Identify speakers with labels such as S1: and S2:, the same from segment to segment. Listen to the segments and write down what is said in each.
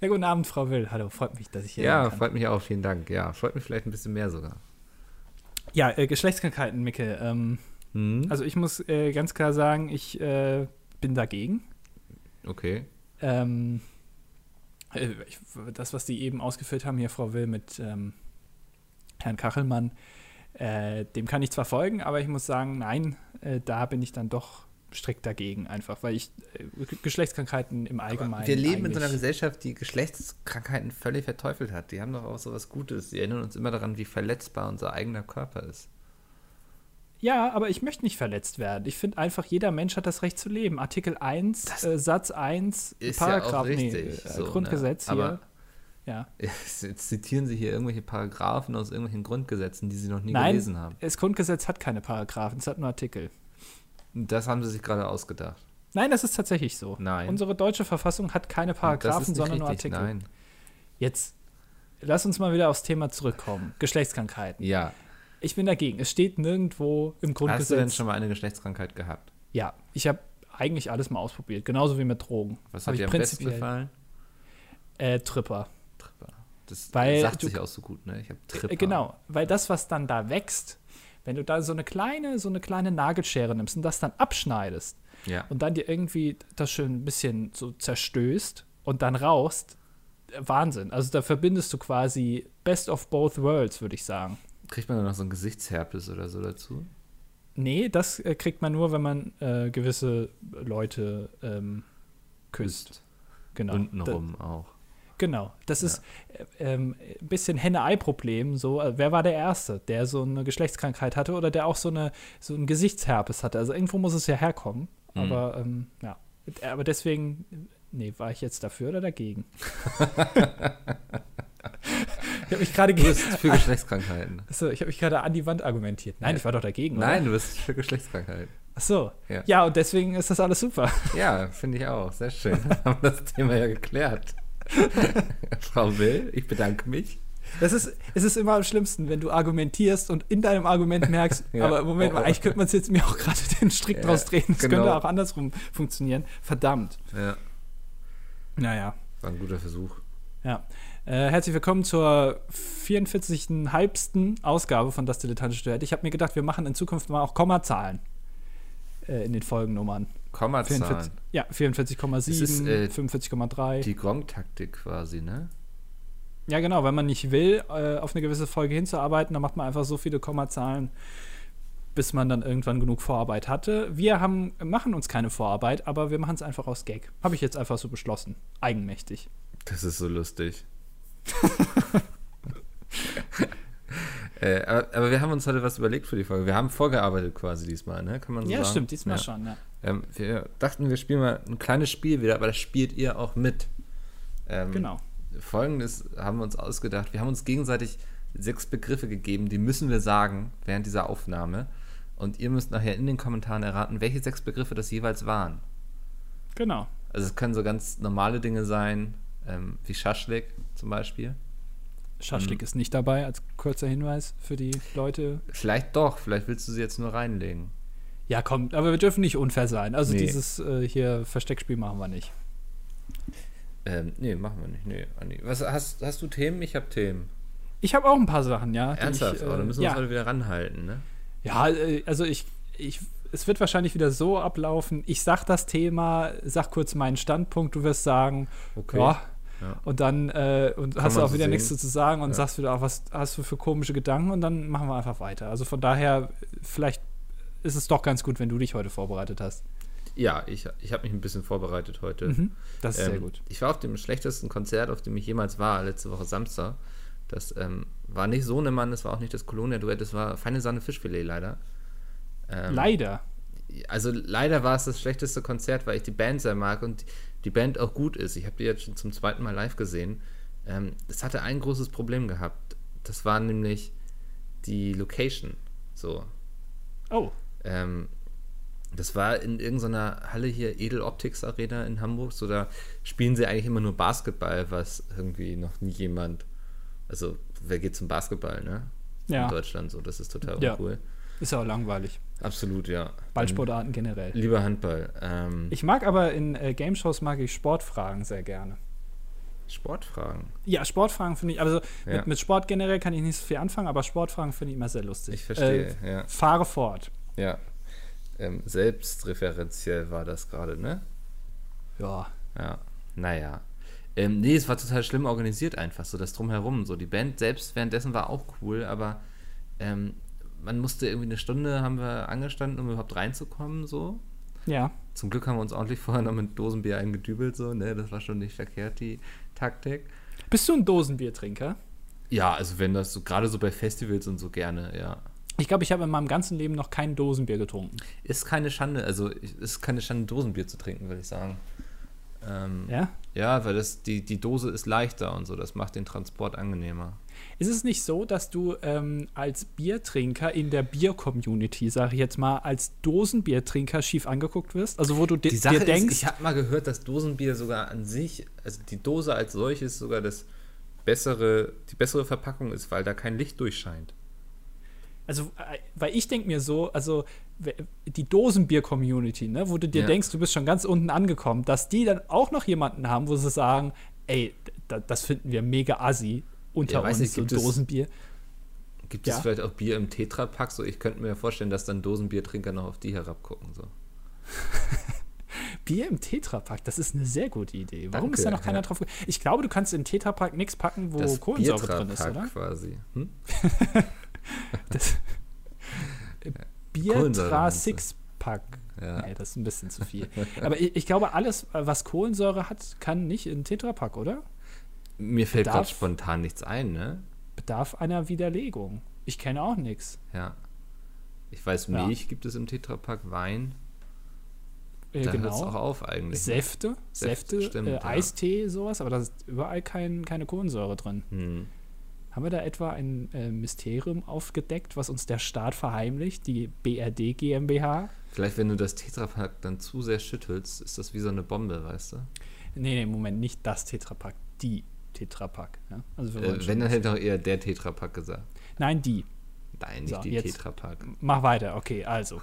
S1: Ja, guten Abend, Frau Will. Hallo, freut mich, dass ich hier
S2: Ja,
S1: sein kann.
S2: freut mich auch, vielen Dank. Ja, freut mich vielleicht ein bisschen mehr sogar.
S1: Ja, äh, Geschlechtskrankheiten, Micke. Ähm,
S2: Hm,
S1: also ich muss äh, ganz klar sagen, ich äh, bin dagegen.
S2: okay.
S1: Ähm, äh, ich, das, was Sie eben ausgeführt haben, hier Frau Will mit ähm, Herrn Kachelmann, äh, dem kann ich zwar folgen, aber ich muss sagen, nein, äh, da bin ich dann doch strikt dagegen einfach, weil ich äh, G- Geschlechtskrankheiten im Allgemeinen.
S2: Wir leben in so einer
S1: eigentlich-
S2: Gesellschaft, die Geschlechtskrankheiten völlig verteufelt hat. Die haben doch auch so was Gutes. Die erinnern uns immer daran, wie verletzbar unser eigener Körper ist.
S1: Ja, aber ich möchte nicht verletzt werden. Ich finde einfach, jeder Mensch hat das Recht zu leben. Artikel 1, äh, Satz 1,
S2: Ist
S1: Paragraph,
S2: ja auch
S1: nee,
S2: richtig.
S1: äh,
S2: so, ne?
S1: Grundgesetz
S2: Aber
S1: hier. Ja.
S2: jetzt zitieren Sie hier irgendwelche Paragraphen aus irgendwelchen Grundgesetzen, die Sie noch nie gelesen
S1: Nein,
S2: haben.
S1: das Grundgesetz hat keine Paragraphen, es hat nur Artikel.
S2: Das haben Sie sich gerade ausgedacht.
S1: Nein, das ist tatsächlich so.
S2: Nein.
S1: Unsere deutsche Verfassung hat keine
S2: das
S1: Paragraphen,
S2: ist nicht
S1: sondern nur
S2: richtig,
S1: Artikel.
S2: Nein.
S1: Jetzt lass uns mal wieder aufs Thema zurückkommen. Geschlechtskrankheiten.
S2: Ja.
S1: Ich bin dagegen. Es steht nirgendwo im
S2: Hast du denn
S1: Grundgesetz.
S2: schon mal eine Geschlechtskrankheit gehabt?
S1: ja, ich habe eigentlich alles mal ausprobiert, genauso wie mit Drogen.
S2: Was
S1: Hab
S2: hat
S1: ich
S2: dir am besten
S1: prinzipiell
S2: gefallen?
S1: äh, Tripper.
S2: Tripper. Das
S1: Weil
S2: sagt
S1: du-
S2: sich auch so gut, ne? Ich habe Tripper.
S1: Äh, genau, weil das, was dann da wächst, wenn du da so eine kleine, so eine kleine Nagelschere nimmst und das dann abschneidest
S2: Ja.
S1: und dann dir irgendwie das schön ein bisschen so zerstößt und dann rauchst, äh, Wahnsinn. Also da verbindest du quasi Best of both worlds, würde ich sagen.
S2: Kriegt man dann noch so ein Gesichtsherpes oder so dazu?
S1: Nee, das äh, kriegt man nur, wenn man äh, gewisse Leute ähm, küsst.
S2: Küsst.
S1: Genau. Da,
S2: Untenrum auch.
S1: genau. Das ist äh, ähm, ein bisschen Henne-Ei-Problem. So, äh, wer war der Erste, der so eine Geschlechtskrankheit hatte oder der auch so eine so einen Gesichtsherpes hatte? Also irgendwo muss es ja herkommen.
S2: Mhm.
S1: Aber ähm, ja. Äh, Aber deswegen, äh, nee, war ich jetzt dafür oder dagegen? ich habe mich gerade
S2: Du
S1: ge
S2: bist für Geschlechtskrankheiten.
S1: Achso, ich habe mich gerade an die Wand argumentiert. Nein,
S2: Ja.
S1: ich war doch dagegen. oder?
S2: Nein, du bist für Geschlechtskrankheiten.
S1: Ach so.
S2: Ja.
S1: ja, und deswegen ist das alles super.
S2: Ja, finde ich auch. Sehr schön. haben wir das Thema ja geklärt. Frau Will, ich bedanke mich.
S1: Das ist, es ist immer am schlimmsten, wenn du argumentierst und in deinem Argument merkst,
S2: Ja.
S1: aber im Moment,
S2: Oh, oh.
S1: mal, eigentlich könnte man jetzt mir auch gerade den Strick
S2: Ja,
S1: draus drehen. Das
S2: genau.
S1: könnte auch andersrum funktionieren. Verdammt.
S2: Ja,
S1: Naja.
S2: war ein guter Versuch.
S1: Ja. Äh, herzlich willkommen zur 44. halbsten Ausgabe von Das Dilettantische Duett. Ich habe mir gedacht, wir machen in Zukunft mal auch Kommazahlen äh, in den Folgennummern.
S2: Kommazahlen.
S1: ja, 44,7,
S2: Es ist, äh,
S1: 45,3.
S2: Die Gong-Taktik quasi, ne?
S1: Ja, genau, wenn man nicht will, äh, auf eine gewisse Folge hinzuarbeiten, dann macht man einfach so viele Kommazahlen, bis man dann irgendwann genug Vorarbeit hatte. Wir haben, machen uns keine Vorarbeit, aber wir machen es einfach aus Gag. Habe ich jetzt einfach so beschlossen. Eigenmächtig.
S2: Das ist so lustig. äh, aber, aber wir haben uns heute was überlegt für die Folge. Wir haben vorgearbeitet quasi diesmal, ne? Kann man so
S1: ja,
S2: sagen?
S1: stimmt, diesmal
S2: ja.
S1: schon, ja. Mhm.
S2: Ähm, wir dachten, wir spielen mal ein kleines Spiel wieder, aber das spielt ihr auch mit. Ähm,
S1: Genau.
S2: Folgendes haben wir uns ausgedacht. Wir haben uns gegenseitig sechs Begriffe gegeben, die müssen wir sagen während dieser Aufnahme. Und ihr müsst nachher in den Kommentaren erraten, welche sechs Begriffe das jeweils waren.
S1: Genau.
S2: Also es können so ganz normale Dinge sein, ähm, wie Schaschlik zum Beispiel.
S1: Schaschlik ist nicht dabei, als kurzer Hinweis für die Leute.
S2: Vielleicht doch, vielleicht willst du sie jetzt nur reinlegen.
S1: Ja, komm, aber wir dürfen nicht unfair sein. Also
S2: Nee.
S1: dieses äh, hier Versteckspiel machen wir nicht.
S2: Ähm, nee, machen wir nicht. Nee, Andi. Was, hast, hast du Themen? Ich habe Themen.
S1: Ich habe auch ein paar Sachen, ja. die
S2: Ernsthaft?
S1: ich, äh,
S2: oh, dann müssen wir
S1: ja.
S2: uns heute wieder ranhalten, ne?
S1: Ja, äh, also ich, ich, es wird wahrscheinlich wieder so ablaufen. Ich sag das Thema, sag kurz meinen Standpunkt, du wirst sagen,
S2: Okay.
S1: ja.
S2: Ja.
S1: Und dann äh, und hast du
S2: man
S1: auch
S2: so
S1: wieder
S2: sehen.
S1: nichts zu zu sagen und sagst wieder, ach, was hast du für komische Gedanken und dann machen wir einfach weiter. Also von daher, vielleicht ist es doch ganz gut, wenn du dich heute vorbereitet hast.
S2: Ja, ich, ich habe mich ein bisschen vorbereitet heute.
S1: Mhm. Das ist
S2: Ähm,
S1: sehr gut.
S2: Ich war auf dem schlechtesten Konzert, auf dem ich jemals war, letzte Woche Samstag. Das ähm, war nicht Sohnemann, das war auch nicht das Kolonia-Duett, das war Feine Sahne Fischfilet leider. Ähm,
S1: Leider.
S2: also leider war es das schlechteste Konzert, weil ich die Band sehr mag und die Band auch gut ist. Ich habe die jetzt schon zum zweiten Mal live gesehen. Ähm, es hatte ein großes Problem gehabt. Das war nämlich die Location. So,
S1: Oh,
S2: ähm, das war in irgendeiner Halle hier, Edeloptics Arena in Hamburg. So, da spielen sie eigentlich immer nur Basketball, was irgendwie noch nie jemand. Also, wer geht zum Basketball, ne?
S1: Ja.
S2: In Deutschland so, das ist total
S1: Ja.
S2: cool.
S1: ist ja auch langweilig.
S2: Absolut, ja.
S1: Ballsportarten
S2: Mhm.
S1: generell.
S2: Lieber Handball. Ähm,
S1: Ich mag aber in äh, Game-Shows mag ich Sportfragen sehr gerne.
S2: Sportfragen.
S1: Ja, Sportfragen finde ich, also
S2: Ja.
S1: mit, mit Sport generell kann ich nicht so viel anfangen, aber Sportfragen finde ich immer sehr lustig.
S2: Ich verstehe,
S1: Äh,
S2: ja.
S1: Fahre fort.
S2: Ja. Ähm, selbstreferenziell war das gerade, ne?
S1: Ja.
S2: Ja. Naja. Ähm, nee, es war total schlimm organisiert einfach, so das drumherum. So die Band selbst währenddessen war auch cool, aber ähm, man musste irgendwie eine Stunde haben wir angestanden, um überhaupt reinzukommen, so.
S1: Ja.
S2: Zum Glück haben wir uns ordentlich vorher noch mit Dosenbier eingedübelt, so, ne? Das war schon nicht verkehrt, die Taktik.
S1: Bist du ein Dosenbiertrinker?
S2: Ja, also wenn das so, gerade so bei Festivals und so gerne, ja.
S1: Ich glaube, ich habe in meinem ganzen Leben noch kein Dosenbier getrunken.
S2: Ist keine Schande, also ich- ist keine Schande, Dosenbier zu trinken, würde ich sagen. Ähm, ja.
S1: Ja?
S2: weil das, die, die Dose ist leichter und so, das macht den Transport angenehmer.
S1: Ist es nicht so, dass du ähm, als Biertrinker in der Bier-Community, sage ich jetzt mal, als Dosenbiertrinker schief angeguckt wirst? Also wo du di
S2: Die Sache
S1: dir denkst,
S2: ist, ich habe mal gehört, dass Dosenbier sogar an sich, also die Dose als solches sogar das bessere, die bessere Verpackung ist, weil da kein Licht durchscheint.
S1: also äh, weil ich denke mir so, also we- die Dosenbier-Community, ne, wo du dir
S2: Ja.
S1: denkst, du bist schon ganz unten angekommen, dass die dann auch noch jemanden haben, wo sie sagen, ey, da, das finden wir mega assi unter
S2: Ja, weiß
S1: uns,
S2: nicht,
S1: so
S2: gibt es-
S1: Dosenbier.
S2: Gibt es
S1: Ja.
S2: vielleicht auch Bier im Tetrapack? So, ich könnte mir vorstellen, dass dann Dosenbiertrinker noch auf die herabgucken. So.
S1: Bier im Tetrapack, das ist eine sehr gute Idee. Warum
S2: Danke,
S1: ist da noch keiner
S2: ja.
S1: drauf? ge- Ich glaube, du kannst in Tetrapack nichts packen, wo Kohlensäure drin ist,
S2: Biertrapack
S1: oder?
S2: quasi. Hm?
S1: Das
S2: Kohlensäure
S1: Biertra
S2: meinst du?
S1: Sixpack.
S2: Ja.
S1: Nee, das ist ein bisschen zu viel. Aber ich, ich glaube, alles, äh, was Kohlensäure hat, kann nicht in Tetrapack, oder?
S2: Mir fällt
S1: Bedarf-
S2: gerade spontan nichts ein, ne?
S1: Bedarf einer Widerlegung. Ich kenne auch nichts.
S2: Ja. Ich weiß,
S1: Ja.
S2: Milch gibt es im Tetrapack, Wein.
S1: Äh,
S2: Da hört es auch
S1: genau.
S2: auf eigentlich. ne?
S1: Säfte,
S2: Säft,
S1: Säfte,
S2: stimmt,
S1: äh,
S2: ja.
S1: Eistee, sowas, aber da ist überall kein, keine Kohlensäure drin.
S2: Hm.
S1: Haben wir da etwa ein äh, Mysterium aufgedeckt, was uns der Staat verheimlicht, die BRD GmbH?
S2: Vielleicht, wenn du das Tetrapack dann zu sehr schüttelst, ist das wie so eine Bombe, weißt du?
S1: Nee, nee, Moment, nicht das Tetrapack, die Tetrapack. Ja? Also wir wollen
S2: Äh,
S1: schon
S2: wenn, dann
S1: was-
S2: hätte auch eher der Tetrapack gesagt.
S1: Nein, die.
S2: Nein, nicht
S1: So,
S2: die
S1: jetzt-
S2: Tetrapack.
S1: Mach weiter, okay, also.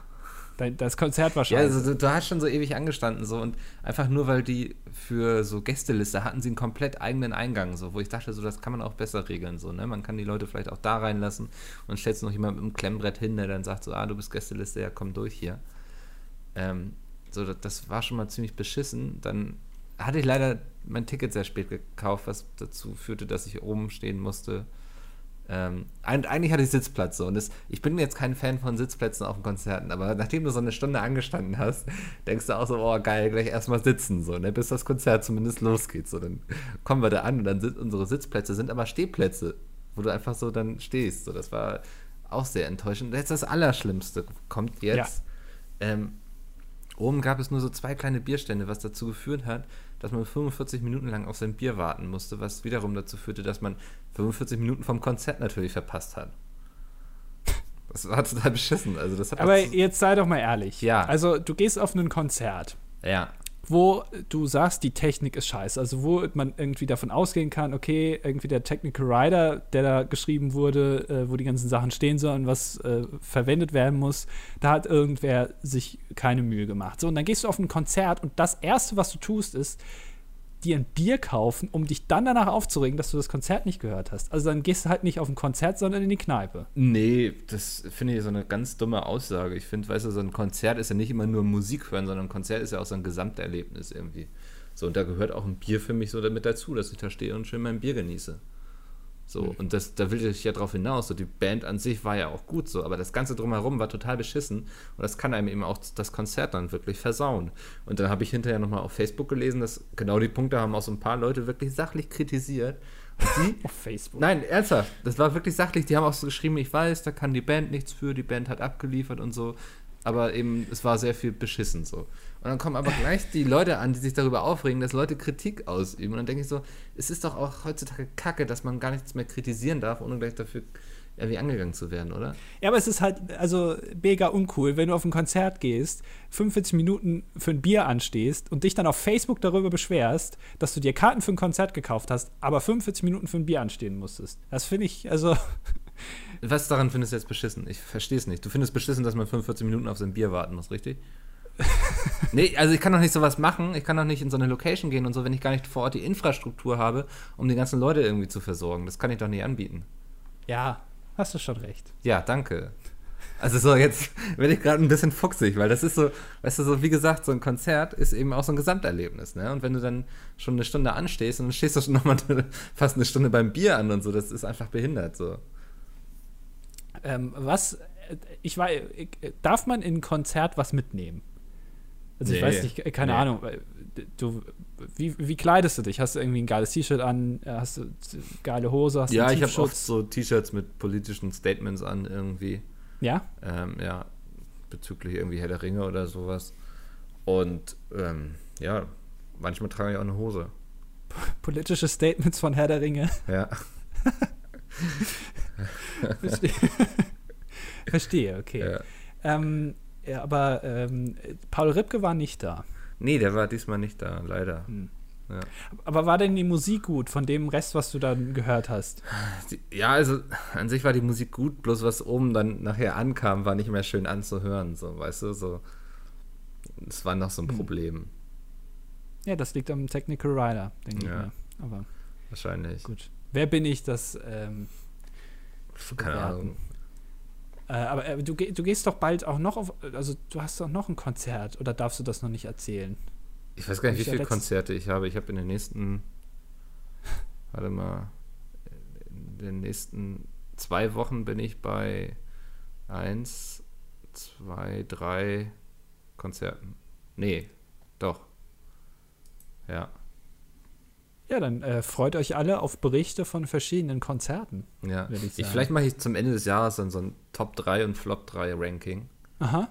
S1: Dein- Das Konzert war
S2: Ja,
S1: scheiße.
S2: also du, du hast schon so ewig angestanden so und einfach nur, weil die für so Gästeliste hatten sie einen komplett eigenen Eingang so, wo ich dachte so, das kann man auch besser regeln so, ne? Man kann die Leute vielleicht auch da reinlassen und stellst noch jemand mit einem Klemmbrett hin, der dann sagt so, ah, du bist Gästeliste, ja, komm durch hier. Ähm, so, das, das war schon mal ziemlich beschissen. Dann hatte ich leider mein Ticket sehr spät gekauft, was dazu führte, dass ich oben stehen musste. Ähm, eig- eigentlich hatte ich Sitzplatz so. Und das, ich bin jetzt kein Fan von Sitzplätzen auf den Konzerten, aber nachdem du so eine Stunde angestanden hast, denkst du auch so, oh geil, gleich erstmal sitzen, so, ne, bis das Konzert zumindest losgeht. So, dann kommen wir da an und dann sind unsere Sitzplätze sind aber Stehplätze, wo du einfach so dann stehst. So, das war auch sehr enttäuschend. Und jetzt das Allerschlimmste kommt jetzt. Ähm, Oben gab es nur so zwei kleine Bierstände, was dazu geführt hat, dass man 45 Minuten lang auf sein Bier warten musste, was wiederum dazu führte, dass man 45 Minuten vom Konzert natürlich verpasst hat. Das war total beschissen. Also das hat
S1: Aber
S2: auch zu-
S1: jetzt sei doch mal ehrlich.
S2: Ja.
S1: Also, du gehst auf ein Konzert,
S2: ja,
S1: wo du sagst, die Technik ist scheiße. Also, wo man irgendwie davon ausgehen kann, okay, irgendwie der Technical Rider, der da geschrieben wurde, äh, wo die ganzen Sachen stehen sollen, was äh, verwendet werden muss, da hat irgendwer sich keine Mühe gemacht. So, und dann gehst du auf ein Konzert und das Erste, was du tust, ist, dir ein Bier kaufen, um dich dann danach aufzuregen, dass du das Konzert nicht gehört hast. Also dann gehst du halt nicht auf ein Konzert, sondern in die Kneipe.
S2: nee, das finde ich so eine ganz dumme Aussage. Ich finde, weißt du, so ein Konzert ist ja nicht immer nur Musik hören, sondern ein Konzert ist ja auch so ein Gesamterlebnis irgendwie. So, und da gehört auch ein Bier für mich so damit dazu, dass ich da stehe und schön mein Bier genieße. So, und das, da will ich ja drauf hinaus. So, die Band an sich war ja auch gut so, aber das Ganze drumherum war total beschissen und das kann einem eben auch das Konzert dann wirklich versauen. Und dann habe ich hinterher nochmal auf Facebook gelesen, dass genau die Punkte haben auch so ein paar Leute wirklich sachlich kritisiert. Und die,
S1: Auf Facebook.
S2: Nein, ernsthaft. Das war wirklich sachlich. Die haben auch so geschrieben, ich weiß, da kann die Band nichts für, die Band hat abgeliefert und so. Aber eben, es war sehr viel beschissen so. Und dann kommen aber gleich die Leute an, die sich darüber aufregen, dass Leute Kritik ausüben. Und dann denke ich so, es ist doch auch heutzutage Kacke, dass man gar nichts mehr kritisieren darf, ohne gleich dafür irgendwie angegangen zu werden, oder?
S1: Ja, aber es ist halt also mega uncool, wenn du auf ein Konzert gehst, 45 Minuten für ein Bier anstehst und dich dann auf Facebook darüber beschwerst, dass du dir Karten für ein Konzert gekauft hast, aber 45 Minuten für ein Bier anstehen musstest. Das finde ich, also
S2: Was daran findest du jetzt beschissen? Ich verstehe es nicht. Du findest beschissen, dass man 45 Minuten auf sein Bier warten muss, richtig? nee, also ich kann doch nicht sowas machen. Ich kann doch nicht in so eine Location gehen und so, wenn ich gar nicht vor Ort die Infrastruktur habe, um die ganzen Leute irgendwie zu versorgen. Das kann ich doch nicht anbieten.
S1: Ja, hast du schon recht.
S2: Ja, danke. Also so, jetzt werde ich gerade ein bisschen fuchsig, weil das ist so, weißt du, so wie gesagt, so ein Konzert ist eben auch so ein Gesamterlebnis, ne? Und wenn du dann schon eine Stunde anstehst und dann stehst du schon nochmal fast eine Stunde beim Bier an und so, das ist einfach behindert so.
S1: Ähm, was, ich war, ich, äh, darf man in ein Konzert was mitnehmen? Also ich
S2: Nee.
S1: weiß nicht, keine
S2: Nee.
S1: Ahnung. Du, wie, wie kleidest du dich? Hast du irgendwie ein geiles T-Shirt an? Äh, Hast du geile Hose? Hast du
S2: Ja,
S1: einen
S2: ich habe oft
S1: Tiefschutz?
S2: so T-Shirts mit politischen Statements an irgendwie.
S1: Ja,
S2: ähm, ja, bezüglich irgendwie Herr der Ringe oder sowas. Und ähm, ja, manchmal trage ich auch eine Hose.
S1: politische Statements von Herr der Ringe.
S2: Ja.
S1: Verstehe, Verstehe okay.
S2: ja.
S1: Ähm, ja, aber ähm, Paul Ripke war nicht da.
S2: Nee, der war diesmal nicht da, leider.
S1: Aber war denn die Musik gut von dem Rest, was du dann gehört hast?
S2: Die- Ja, also an sich war die Musik gut, bloß was oben dann nachher ankam, war nicht mehr schön anzuhören, so, weißt du, so. Es war noch so ein
S1: Hm.
S2: Problem,
S1: Ja, das liegt am Technical Rider, denke
S2: Ja.
S1: ich mir. Aber
S2: wahrscheinlich.
S1: gut. Wer bin ich, das. Ähm,
S2: Keine
S1: Ja.
S2: Ahnung.
S1: äh, aber äh, du, geh- du gehst doch bald auch noch auf. Also, du hast doch noch ein Konzert. Oder darfst du das noch nicht erzählen?
S2: Ich weiß gar
S1: Hab
S2: nicht, wie
S1: ich ja
S2: viele
S1: letzt-
S2: Konzerte ich habe. Ich habe in den nächsten, warte mal, in den nächsten zwei Wochen bin ich bei eins, zwei, drei Konzerten. Nee, doch. Ja,
S1: Ja, dann äh, freut euch alle auf Berichte von verschiedenen Konzerten.
S2: ja.
S1: Würde ich
S2: Ich,
S1: sagen.
S2: vielleicht mache ich zum Ende des Jahres dann so ein Top 3 und Flop 3 Ranking.
S1: Aha.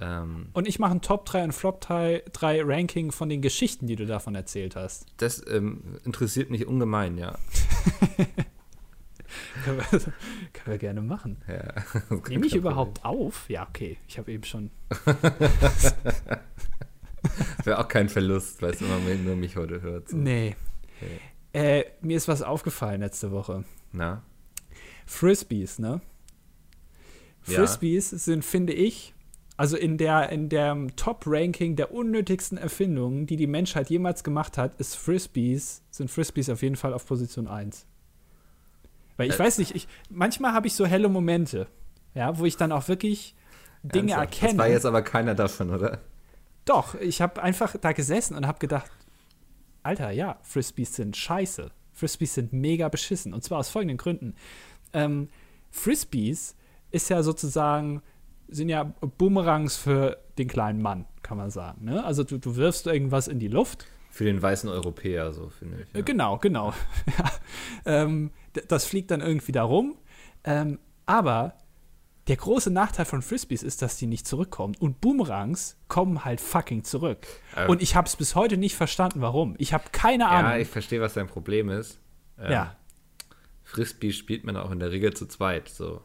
S2: Ähm,
S1: Und ich mache ein Top 3 und Flop 3 Ranking von den Geschichten, die du davon erzählt hast.
S2: das ähm, interessiert mich ungemein, ja.
S1: können, wir, können wir gerne machen.
S2: ja.
S1: Nehme ich überhaupt auf? Ja, okay. Ich habe eben schon.
S2: Wäre auch kein Verlust, weil es immer mehr nur mich heute hört. So.
S1: Nee.
S2: Okay.
S1: Äh, mir ist was aufgefallen letzte Woche.
S2: Na?
S1: Frisbees, ne?
S2: Ja.
S1: Frisbees sind, finde ich, also in der in dem Top-Ranking der unnötigsten Erfindungen, die die Menschheit jemals gemacht hat, ist Frisbees, sind Frisbees auf jeden Fall auf Position 1. Weil ich
S2: Äh.
S1: weiß nicht, ich, manchmal habe ich so helle Momente, ja, wo ich dann auch wirklich Dinge
S2: Ernsthaft?
S1: erkenne.
S2: Das war jetzt aber keiner davon, oder?
S1: Doch, ich habe einfach da gesessen und habe gedacht, Alter, ja, Frisbees sind scheiße. Frisbees sind mega beschissen. Und zwar aus folgenden Gründen. Ähm, Frisbees ist ja sozusagen, sind ja Boomerangs für den kleinen Mann, kann man sagen. Ne? Also du, du wirfst irgendwas in die Luft.
S2: Für den weißen Europäer, so finde ich.
S1: Äh, Genau, genau. ja. ähm, d- das fliegt dann irgendwie da rum. Ähm, aber der große Nachteil von Frisbees ist, dass die nicht zurückkommen. Und Boomerangs kommen halt fucking zurück.
S2: Ähm.
S1: Und ich habe es bis heute nicht verstanden, warum. Ich habe keine
S2: Ja,
S1: Ahnung.
S2: ja ich verstehe, was dein Problem ist. Ähm,
S1: ja.
S2: Frisbee spielt man auch in der Regel zu zweit, so.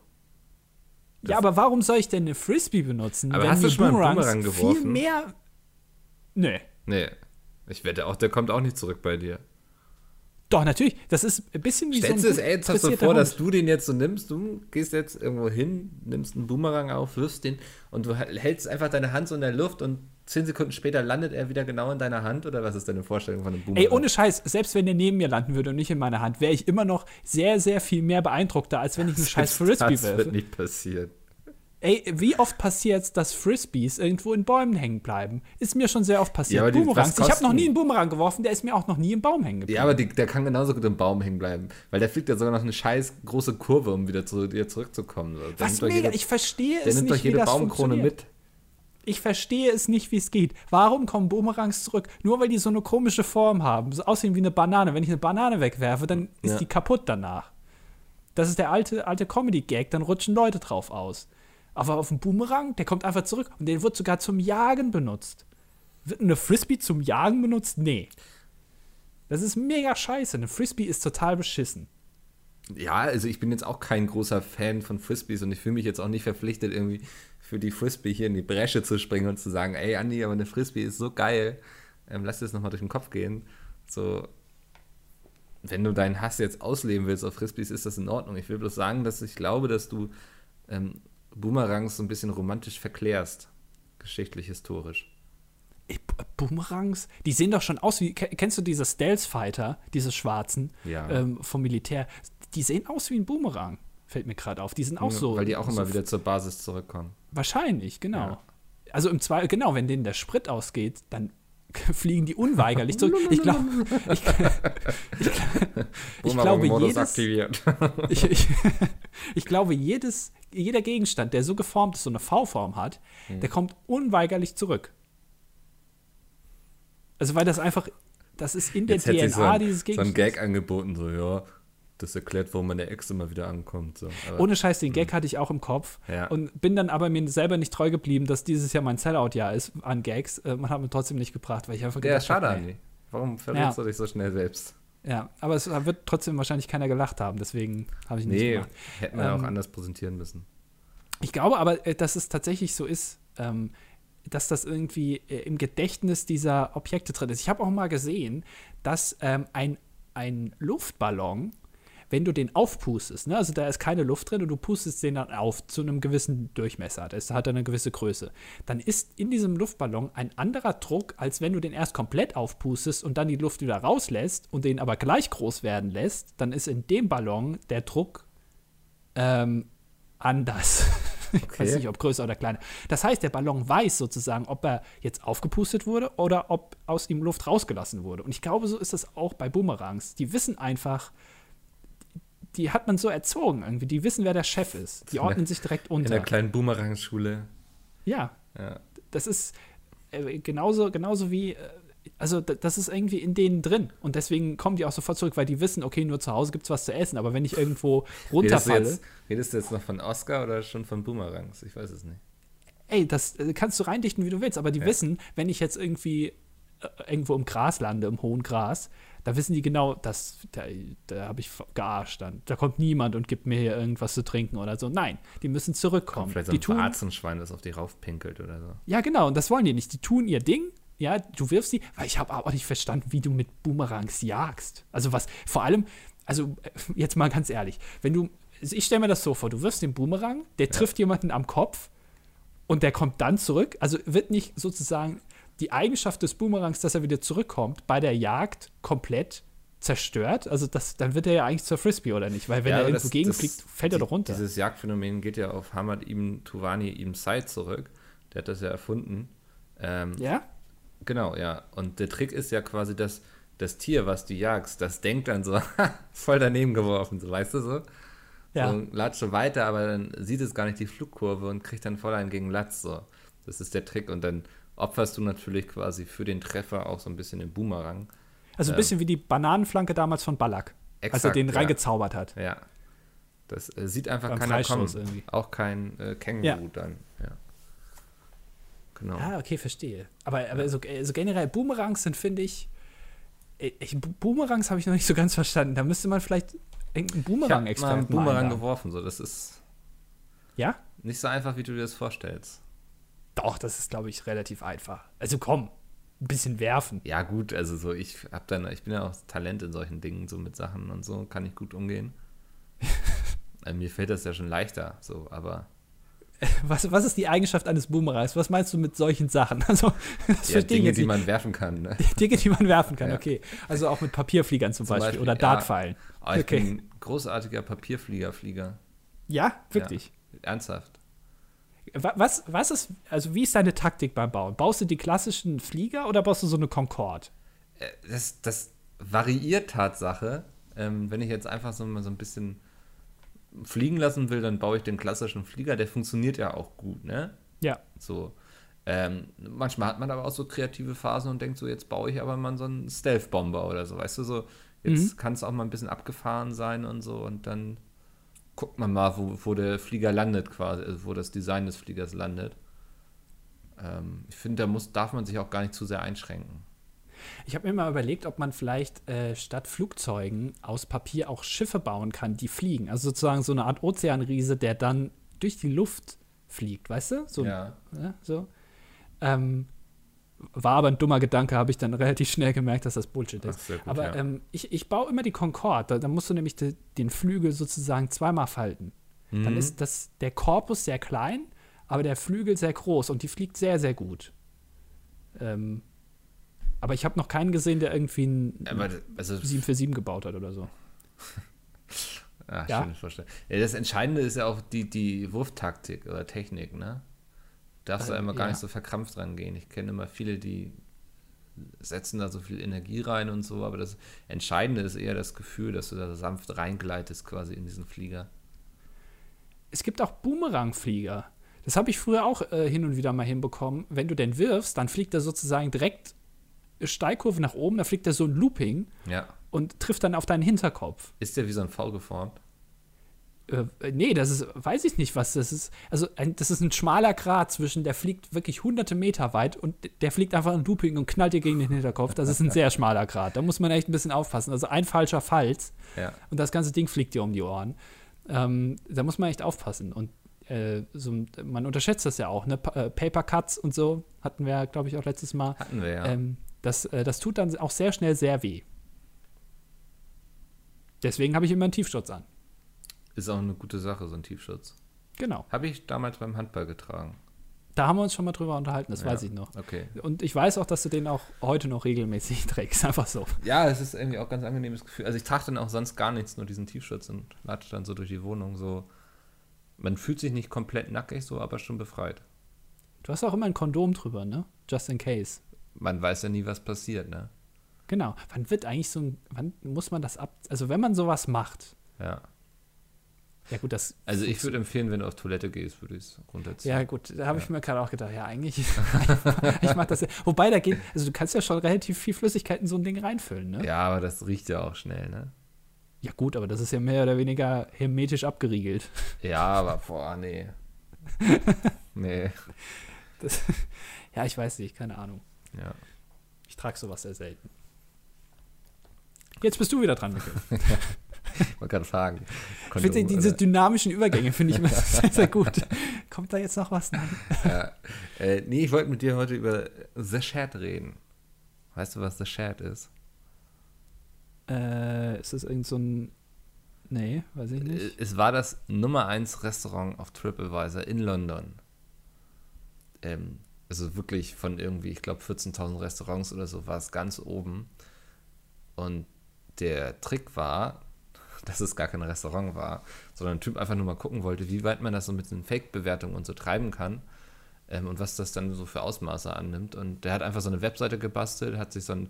S1: ja, aber warum soll ich denn eine Frisbee benutzen,
S2: Aber hast du
S1: mir
S2: schon mal einen Boomerang
S1: viel
S2: geworfen?
S1: mehr. Nee.
S2: Nee. Ich wette auch, der kommt auch nicht zurück bei dir.
S1: Doch, natürlich. Das ist ein bisschen wie
S2: Stellst
S1: so
S2: du
S1: ein
S2: es
S1: gut
S2: ernsthaft so
S1: dressierter
S2: vor,
S1: Hund.
S2: dass du den jetzt so nimmst, du gehst jetzt irgendwo hin, nimmst einen Boomerang auf, wirfst den und du hältst einfach deine Hand so in der Luft und zehn Sekunden später landet er wieder genau in deiner Hand? Oder was ist deine Vorstellung von einem Boomerang?
S1: Ey, ohne Scheiß, selbst wenn der neben mir landen würde und nicht in meiner Hand, wäre ich immer noch sehr, sehr viel mehr beeindruckter, als wenn ich einen scheiß Frisbee
S2: Das wird
S1: werfe.
S2: nicht passieren.
S1: Ey, wie oft passiert es, dass Frisbees irgendwo in Bäumen hängen bleiben? Ist mir schon sehr oft passiert.
S2: Ja, aber die-
S1: Boomerangs.
S2: was
S1: Ich habe
S2: kosten-
S1: noch nie einen Boomerang geworfen, der ist mir auch noch nie im Baum hängen
S2: Ja,
S1: geblieben.
S2: aber die, der kann genauso gut im Baum hängen bleiben, weil der fliegt ja sogar noch eine scheiß große Kurve, um wieder zu dir zurückzukommen. Der
S1: Was
S2: nimmt doch
S1: mega,
S2: jede-
S1: ich verstehe
S2: Der
S1: es
S2: nimmt
S1: nicht,
S2: doch
S1: wie
S2: jede
S1: das
S2: Baumkrone
S1: funktioniert.
S2: mit.
S1: Ich verstehe es nicht, wie es geht. Warum kommen Boomerangs zurück? Nur weil die so eine komische Form haben, so aussehen wie eine Banane. Wenn ich eine Banane wegwerfe, dann ist
S2: Ja.
S1: die kaputt danach. Das ist der alte, alte Comedy-Gag, dann rutschen Leute drauf aus. Aber auf einen Boomerang, der kommt einfach zurück und der wird sogar zum Jagen benutzt. Wird eine Frisbee zum Jagen benutzt? Nee. Das ist mega scheiße. Eine Frisbee ist total beschissen.
S2: Ja, also ich bin jetzt auch kein großer Fan von Frisbees und ich fühle mich jetzt auch nicht verpflichtet, irgendwie für die Frisbee hier in die Bresche zu springen und zu sagen, ey Andi, aber eine Frisbee ist so geil, ähm, lass dir das nochmal durch den Kopf gehen. So, wenn du deinen Hass jetzt ausleben willst auf Frisbees, ist das in Ordnung. Ich will bloß sagen, dass ich glaube, dass du ähm, Boomerangs so ein bisschen romantisch verklärst, geschichtlich, historisch.
S1: Boomerangs? Die sehen doch schon aus wie. ke- Kennst du diese Stealth Fighter, diese schwarzen
S2: Ja.
S1: ähm, vom Militär? Die sehen aus wie ein Boomerang, fällt mir gerade auf. Die sind auch so. Also
S2: Weil die auch immer
S1: so
S2: wieder zur Basis zurückkommen.
S1: Wahrscheinlich, genau.
S2: Ja.
S1: Also im Zweifel, genau, wenn denen der Sprit ausgeht, dann fliegen die unweigerlich zurück. Ich glaube, ich, ich, ich glaube,
S2: Boomerang-Modus
S1: jedes,
S2: aktiviert.
S1: ich, ich, ich glaube, jedes, jeder Gegenstand, der so geformt ist, so eine V-Form hat,
S2: Hm.
S1: der kommt unweigerlich zurück. Also, weil das einfach, das ist in der
S2: Jetzt hätte
S1: DNA
S2: ich so ein,
S1: dieses
S2: so ein
S1: Gegenstands.
S2: Gag angeboten, so, ja, das erklärt, wo man der Ex immer wieder ankommt. So. Aber
S1: Ohne Scheiß, den Gag hatte ich auch im Kopf
S2: Mhm. Ja.
S1: und bin dann aber mir selber nicht treu geblieben, dass dieses Jahr mein Sellout-Jahr ist an Gags. Äh, Man hat mir trotzdem nicht gebracht, weil ich einfach
S2: ja,
S1: gedacht
S2: schade,
S1: hab, ey.
S2: Andi. Warum verletzt
S1: Ja.
S2: du dich so schnell selbst?
S1: Ja, aber es wird trotzdem wahrscheinlich keiner gelacht haben, deswegen habe ich ihn nicht
S2: Nee,
S1: gemacht.
S2: hätten wir auch
S1: Ähm,
S2: anders präsentieren müssen.
S1: Ich glaube aber, äh, dass es tatsächlich so ist, ähm, dass das irgendwie äh, im Gedächtnis dieser Objekte drin ist. Ich habe auch mal gesehen, dass ähm, ein, ein Luftballon, wenn du den aufpustest, ne, also da ist keine Luft drin und du pustest den dann auf zu einem gewissen Durchmesser, das hat dann eine gewisse Größe, dann ist in diesem Luftballon ein anderer Druck, als wenn du den erst komplett aufpustest und dann die Luft wieder rauslässt und den aber gleich groß werden lässt, dann ist in dem Ballon der Druck ähm, anders. Ich
S2: Okay.
S1: weiß nicht, ob größer oder kleiner. Das heißt, der Ballon weiß sozusagen, ob er jetzt aufgepustet wurde oder ob aus ihm Luft rausgelassen wurde. Und ich glaube, so ist das auch bei Boomerangs. Die wissen einfach, die hat man so erzogen irgendwie. Die wissen, wer der Chef ist. Die
S2: In der-
S1: ordnen sich direkt
S2: In der
S1: unter.
S2: kleinen Boomerang-Schule.
S1: Ja,
S2: Ja.
S1: das ist äh, genauso, genauso wie, äh, also d- das ist irgendwie in denen drin. Und deswegen kommen die auch sofort zurück, weil die wissen, okay, nur zu Hause gibt es was zu essen. Aber wenn ich irgendwo
S2: Redest, du
S1: runterfalle.
S2: jetzt, redest du jetzt noch von Oscar oder schon von Boomerangs? Ich weiß es nicht.
S1: ey, das äh, kannst du reindichten, wie du willst, aber die
S2: Ja.
S1: wissen, wenn ich jetzt irgendwie äh, irgendwo im Gras lande, im hohen Gras, da wissen die genau, das, da, da habe ich f- gearscht dann. Da kommt niemand und gibt mir hier irgendwas zu trinken oder so. Nein, die müssen zurückkommen.
S2: Vielleicht so
S1: die
S2: ein
S1: tun,
S2: Warzenschwein, das auf die raufpinkelt oder so.
S1: ja, genau, und das wollen die nicht. Die tun ihr Ding. Ja, du wirfst sie, weil ich habe auch nicht verstanden, wie du mit Boomerangs jagst. Also was, vor allem, also äh, jetzt mal ganz ehrlich, wenn du, also ich stelle mir das so vor, du wirfst den Boomerang, der trifft jemanden am Kopf und der kommt dann zurück. Also wird nicht sozusagen die Eigenschaft des Boomerangs, dass er wieder zurückkommt, bei der Jagd komplett zerstört. Also das, dann wird er ja eigentlich zur Frisbee, oder nicht? Weil wenn
S2: Ja,
S1: er
S2: aber
S1: irgendwo
S2: das-
S1: gegenfliegt,
S2: das-
S1: fällt er
S2: die-
S1: doch runter.
S2: Dieses Jagdphänomen geht ja auf Hamad ibn Tuwani ibn Said zurück. Der hat das ja erfunden. Ähm,
S1: ja?
S2: Genau, ja. Und der Trick ist ja quasi, dass das Tier, was du jagst, das denkt dann so, voll daneben geworfen, so, weißt du so?
S1: Ja.
S2: So, latsche weiter, aber dann sieht es gar nicht die Flugkurve und kriegt dann voll einen gegen Latz, so. Das ist der Trick. Und dann opferst du natürlich quasi für den Treffer auch so ein bisschen den Boomerang.
S1: Also ein bisschen wie die Bananenflanke damals von Ballack, als er
S2: Exakt,
S1: den
S2: ja.
S1: reingezaubert hat.
S2: Ja. Das äh, sieht einfach
S1: Beim
S2: keiner kommen.
S1: Freistoß irgendwie.
S2: Auch kein äh, Känguru dann. Ja. Genau.
S1: Ah, okay, verstehe. Aber, aber so, äh, so generell Boomerangs sind, finde ich, äh, ich, Boomerangs habe ich noch nicht so ganz verstanden. Da müsste man vielleicht irgendeinen
S2: ich habe mal
S1: Boomerang-Experten
S2: einen
S1: mal
S2: Boomerang
S1: einladen.
S2: geworfen, so. Das ist
S1: Ja?
S2: nicht so einfach, wie du dir das vorstellst.
S1: Doch, das ist, glaube ich, relativ einfach. Also komm, ein bisschen werfen.
S2: Ja, gut, also so, ich hab dann, ich bin ja auch Talent in solchen Dingen, so mit Sachen und so, kann ich gut umgehen. Äh, Mir fällt das ja schon leichter, so, aber.
S1: Was, was ist die Eigenschaft eines Boomerangs? Was meinst du mit solchen Sachen? Also, das
S2: Ja,
S1: verstehe ich
S2: Dinge,
S1: jetzt
S2: die
S1: nicht.
S2: man werfen kann, ne?
S1: Dinge, die man werfen kann,
S2: Ja.
S1: okay. Also auch mit Papierfliegern zum, Beispiel,
S2: Beispiel,
S1: oder
S2: ja.
S1: Dartpfeilen.
S2: Oh, ich
S1: Okay.
S2: bin ein großartiger Papierfliegerflieger.
S1: Ja, wirklich.
S2: Ja, ernsthaft.
S1: Wa- Was, was ist, also wie ist deine Taktik beim Bauen? Baust du die klassischen Flieger oder baust du so eine Concorde?
S2: Äh, Das, das variiert Tatsache. Ähm, wenn ich jetzt einfach so mal so ein bisschen fliegen lassen will, dann baue ich den klassischen Flieger, der funktioniert ja auch gut, ne?
S1: Ja.
S2: So. Ähm, manchmal hat man aber auch so kreative Phasen und denkt so, jetzt baue ich aber mal so einen Stealth-Bomber oder so, weißt du, so, jetzt
S1: Mhm.
S2: kann es auch mal ein bisschen abgefahren sein und so und dann guckt man mal, wo, wo der Flieger landet quasi, also wo das Design des Fliegers landet. Ähm, ich finde, da muss, darf man sich auch gar nicht zu sehr einschränken.
S1: Ich habe mir mal überlegt, ob man vielleicht äh, statt Flugzeugen aus Papier auch Schiffe bauen kann, die fliegen. Also sozusagen so eine Art Ozeanriese, der dann durch die Luft fliegt, weißt du? So,
S2: Ja.
S1: ne, so. Ähm, war aber ein dummer Gedanke, habe ich dann relativ schnell gemerkt, dass das Bullshit
S2: Ach,
S1: ist.
S2: sehr gut,
S1: aber
S2: ja.
S1: ähm, ich, ich baue immer die Concorde. Da, da musst du nämlich de, den Flügel sozusagen zweimal falten. Dann
S2: Mhm.
S1: ist das, der Korpus sehr klein, aber der Flügel sehr groß und die fliegt sehr, sehr gut. Ähm, Aber ich habe noch keinen gesehen, der irgendwie ein
S2: Aber also
S1: 747 gebaut hat oder so.
S2: Ach,
S1: Ja.
S2: ja. vorstellen. Ah, Ja, das Entscheidende ist ja auch die, die Wurftaktik oder Technik, ne? Darfst du
S1: Äh,
S2: einmal gar
S1: ja.
S2: nicht so verkrampft rangehen. Ich kenne immer viele, die setzen da so viel Energie rein und so, aber das Entscheidende ist eher das Gefühl, dass du da sanft reingleitest quasi in diesen Flieger.
S1: Es gibt auch Boomerangflieger. Das habe ich früher auch äh, hin und wieder mal hinbekommen. Wenn du den wirfst, dann fliegt er sozusagen direkt Steilkurve nach oben, da fliegt er so ein Looping
S2: Ja.
S1: und trifft dann auf deinen Hinterkopf.
S2: Ist der wie so ein V geformt?
S1: Äh, nee, das ist, weiß ich nicht, was das ist. Also, ein, das ist ein schmaler Grat zwischen, der fliegt wirklich hunderte Meter weit und der fliegt einfach ein Looping und knallt dir gegen den Hinterkopf. Das ist ein sehr schmaler Grat. Da muss man echt ein bisschen aufpassen. Also, ein falscher Falz
S2: Ja.
S1: und das ganze Ding fliegt dir um die Ohren. Ähm, da muss man echt aufpassen. Und äh, so, ein- man unterschätzt das ja auch. Ne? Pa äh, Paper Cuts und so hatten wir, glaube ich, auch letztes Mal.
S2: Hatten wir ja.
S1: Ähm, das, äh, das tut dann auch sehr schnell sehr weh. Deswegen habe ich immer einen Tiefschutz an.
S2: Ist auch eine gute Sache, so ein Tiefschutz.
S1: Genau.
S2: Habe ich damals beim Handball getragen.
S1: Da haben wir uns schon mal drüber unterhalten, das
S2: Ja.
S1: weiß ich noch.
S2: Okay.
S1: Und ich weiß auch, dass du den auch heute noch regelmäßig trägst. Einfach so.
S2: Ja, es ist irgendwie auch ein ganz angenehmes Gefühl. Also ich trage dann auch sonst gar nichts, nur diesen Tiefschutz und latsche dann so durch die Wohnung so. Man fühlt sich nicht komplett nackig so, aber schon befreit.
S1: Du hast auch immer ein Kondom drüber, ne? Just in case.
S2: Man weiß ja nie, was passiert, ne?
S1: Genau. Wann wird eigentlich so ein. Wann muss man das ab. Also, wenn man sowas macht.
S2: Ja.
S1: Ja, gut, das.
S2: Also ich würde empfehlen, wenn du auf Toilette gehst, würde ich es runterziehen.
S1: Ja, gut, da habe ich mir gerade auch gedacht, ja, eigentlich. ich mache das. ja- Wobei, da geht. Also, du kannst ja schon relativ viel Flüssigkeit in so ein Ding reinfüllen, ne?
S2: Ja, aber das riecht ja auch schnell, ne?
S1: ja, gut, aber das ist ja mehr oder weniger hermetisch abgeriegelt.
S2: Ja, aber boah, nee. nee.
S1: Das, ja, ich weiß nicht, keine Ahnung.
S2: Ja.
S1: Ich trage sowas sehr selten. Jetzt bist du wieder dran, Mikkel.
S2: Ich wollte gerade fragen.
S1: Ich finde
S2: Kondom, also,
S1: diese
S2: oder?
S1: dynamischen Übergänge finde ich immer sehr, sehr gut. Kommt da jetzt noch was? Nein.
S2: ja. äh, nee, ich wollte mit dir heute über The Shed reden. Weißt du, was The Shed ist?
S1: Äh, ist das irgend so ein. Nee, weiß ich nicht.
S2: Äh, Es war das Nummer 1 Restaurant auf TripAdvisor in London. Ähm, also wirklich von irgendwie, ich glaube, 14.000 Restaurants oder so war es ganz oben. Und der Trick war, dass es gar kein Restaurant war, sondern ein Typ einfach nur mal gucken wollte, wie weit man das so mit den Fake-Bewertungen und so treiben kann ähm, und was das dann so für Ausmaße annimmt. Und der hat einfach so eine Webseite gebastelt, hat sich so ein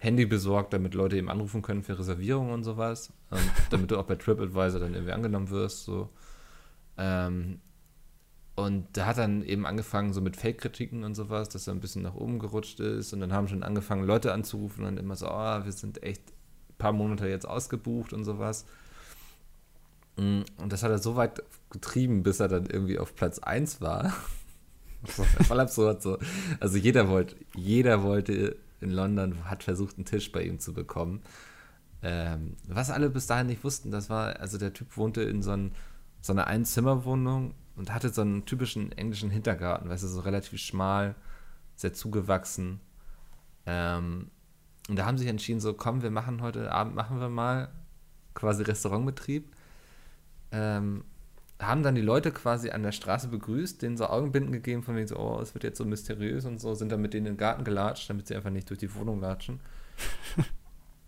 S2: Handy besorgt, damit Leute eben anrufen können für Reservierungen und sowas. Und damit du auch bei TripAdvisor dann irgendwie angenommen wirst. So. Ähm, und da hat dann eben angefangen, so mit Fake-Kritiken und sowas, dass er ein bisschen nach oben gerutscht ist. Und dann haben schon angefangen, Leute anzurufen und immer so, oh, wir sind echt ein paar Monate jetzt ausgebucht und sowas. Mm, Und das hat er so weit getrieben, bis er dann irgendwie auf Platz 1 war. Das war Voll absurd so. Also jeder wollte, jeder wollte in London, hat versucht, einen Tisch bei ihm zu bekommen. Ähm, was alle bis dahin nicht wussten, das war, also der Typ wohnte in so, ein, so einer Einzimmerwohnung und hatte so einen typischen englischen Hintergarten, weißt du, so relativ schmal, sehr zugewachsen. Ähm, und da haben sie sich entschieden, so komm, wir machen heute Abend, machen wir mal quasi Restaurantbetrieb. Ähm, haben dann die Leute quasi an der Straße begrüßt, denen so Augenbinden gegeben, von wegen so, oh, es wird jetzt so mysteriös und so, sind dann mit denen in den Garten gelatscht, damit sie einfach nicht durch die Wohnung latschen.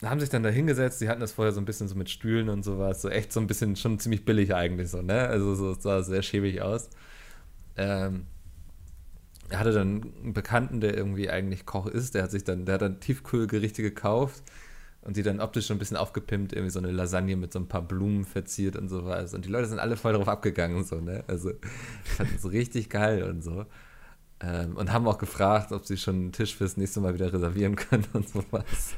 S2: haben sich dann da hingesetzt, die hatten das vorher so ein bisschen so mit Stühlen und sowas, so echt so ein bisschen schon ziemlich billig eigentlich so, ne? Also so es sah sehr schäbig aus. Ähm, er hatte dann einen Bekannten, der irgendwie eigentlich Koch ist, der hat sich dann, der hat dann Tiefkühlgerichte gekauft und die dann optisch schon ein bisschen aufgepimpt, irgendwie so eine Lasagne mit so ein paar Blumen verziert und so was. Und die Leute sind alle voll drauf abgegangen, so, ne? Also, fanden es richtig geil und so. Ähm, und haben auch gefragt, ob sie schon einen Tisch fürs nächste Mal wieder reservieren können und sowas.